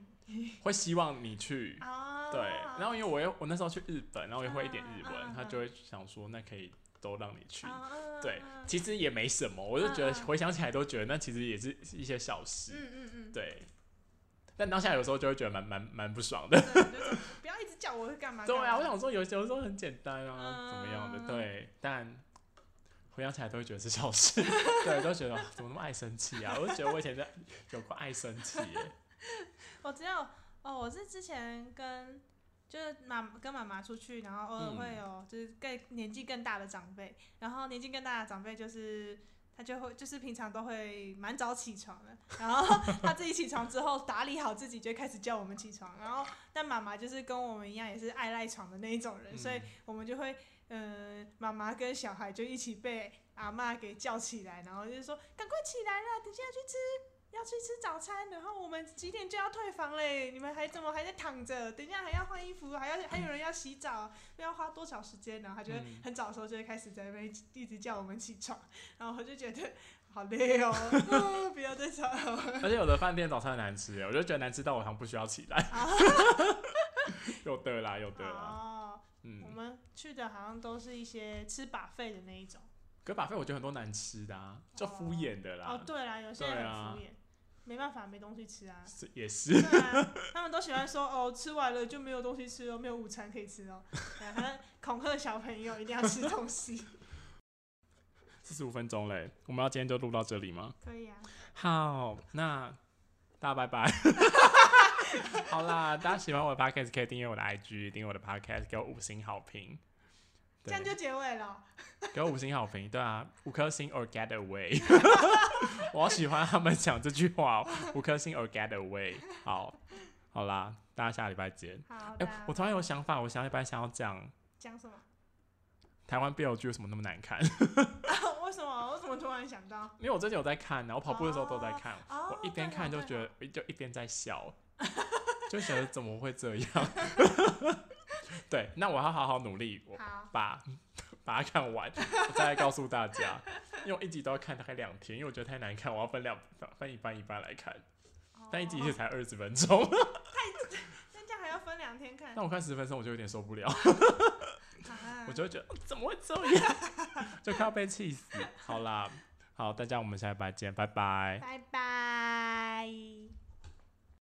Speaker 1: 会希望你去。
Speaker 2: 啊？
Speaker 1: 对，然后因为我又我那时候去日本，然后也会一点日
Speaker 2: 嗯嗯嗯
Speaker 1: 文，他就会想说那可以都让你去。
Speaker 2: 啊嗯
Speaker 1: 对
Speaker 2: 嗯
Speaker 1: 其实也没什么，我就觉得
Speaker 2: 嗯嗯
Speaker 1: 回想起来都觉得那其实也是一些小事。
Speaker 2: 嗯嗯嗯，
Speaker 1: 对，但当下有时候就会觉得蛮蛮蛮不爽的。
Speaker 2: 对，就是不要一直叫我干嘛？
Speaker 1: 对啊，我
Speaker 2: 干嘛
Speaker 1: 想说有有时候很简单
Speaker 2: 嗯
Speaker 1: 啊，怎么样的？对，但回想起来都会觉得是小事， 对，都觉得啊怎么那么爱生气啊？我就觉得我以前在有过爱生 气耶，
Speaker 2: 我只有哦，我是之前跟就是妈跟妈妈出去，然后偶尔会有就是更年纪更大的长辈，然后年纪更大的长辈就是。他就会就是平常都会蛮早起床的，然后他自己起床之后打理好自己，就开始叫我们起床。然后但妈妈就是跟我们一样，也是爱赖床的那一种人，所以我们就会，嗯、妈妈跟小孩就一起被阿妈给叫起来，然后就是说，赶快起来啦，等一下去吃，要去吃早餐，然后我们几点就要退房嘞？你们还怎么还在躺着？等一下还要换衣服，还要还有人要洗澡，不要花多少时间？然后他就会
Speaker 1: 嗯
Speaker 2: 很早的时候就会开始在那边一直一直叫我们起床，然后我就觉得好累 哦，啊不要再吵了。
Speaker 1: 嗯而且有的饭店早餐很难吃耶，我就觉得难吃到我好像不需要起 来。有的啦，有的啦，
Speaker 2: 哦，我
Speaker 1: 嗯，
Speaker 2: 们去的好像都是一些吃把费的那一种。
Speaker 1: 可把费我觉得很多难吃的啊，就敷衍的
Speaker 2: 哦
Speaker 1: 啦，，
Speaker 2: 对啦，有些人
Speaker 1: 对
Speaker 2: 很
Speaker 1: 啊
Speaker 2: 敷衍，没办法，没东西吃啊。
Speaker 1: 是也
Speaker 2: 对
Speaker 1: 是，
Speaker 2: 啊，他们都喜欢说哦，吃完了就没有东西吃哦，没有午餐可以吃哦，然后恐吓小朋友一定要吃东 西。
Speaker 1: 四十五分钟嘞，我们要今天就录到这里吗？
Speaker 2: 可以啊，
Speaker 1: 好，那大家拜 拜。好啦，大家喜欢我的 podcast 可以订阅我的 IG，订阅我的 podcast，给我五星好评。
Speaker 2: 这样
Speaker 1: 对
Speaker 2: 就结尾了。
Speaker 1: 给我五星好评，对啊，五颗星 or get away。我好喜欢他们讲这句话、哦，五颗星 or get away。好，好啦，大家下礼拜见。
Speaker 2: 好
Speaker 1: 哎、
Speaker 2: 的啊，
Speaker 1: 我突然有想法，我下礼拜想要讲
Speaker 2: 讲什么？
Speaker 1: 台湾 BL 剧为什么那么难看，
Speaker 2: 啊为什么？我怎么突然想到？
Speaker 1: 因为我最近有在看啊呢、我跑步的时候都在看，
Speaker 2: 哦，
Speaker 1: 我一边
Speaker 2: 对
Speaker 1: 看
Speaker 2: 哦
Speaker 1: 就
Speaker 2: 对
Speaker 1: 觉
Speaker 2: 哦
Speaker 1: 得，就一边在笑，就觉得怎么会这样？ 对，那我要好好努力，我
Speaker 2: 好，
Speaker 1: 把把它看完，我再来告诉大家。因为我一集都要看大概两天，因为我觉得太难看，我要分两分一半一半来看，但一集也
Speaker 2: 哦
Speaker 1: 才二十分钟，
Speaker 2: 那这样还要分两天 看
Speaker 1: 那，我看十分钟我就有点受不了，
Speaker 2: 啊
Speaker 1: 我就会觉得哦怎么会这 样，就快要被气死。好啦，好，大家我们下礼拜见，拜拜。
Speaker 2: 拜拜。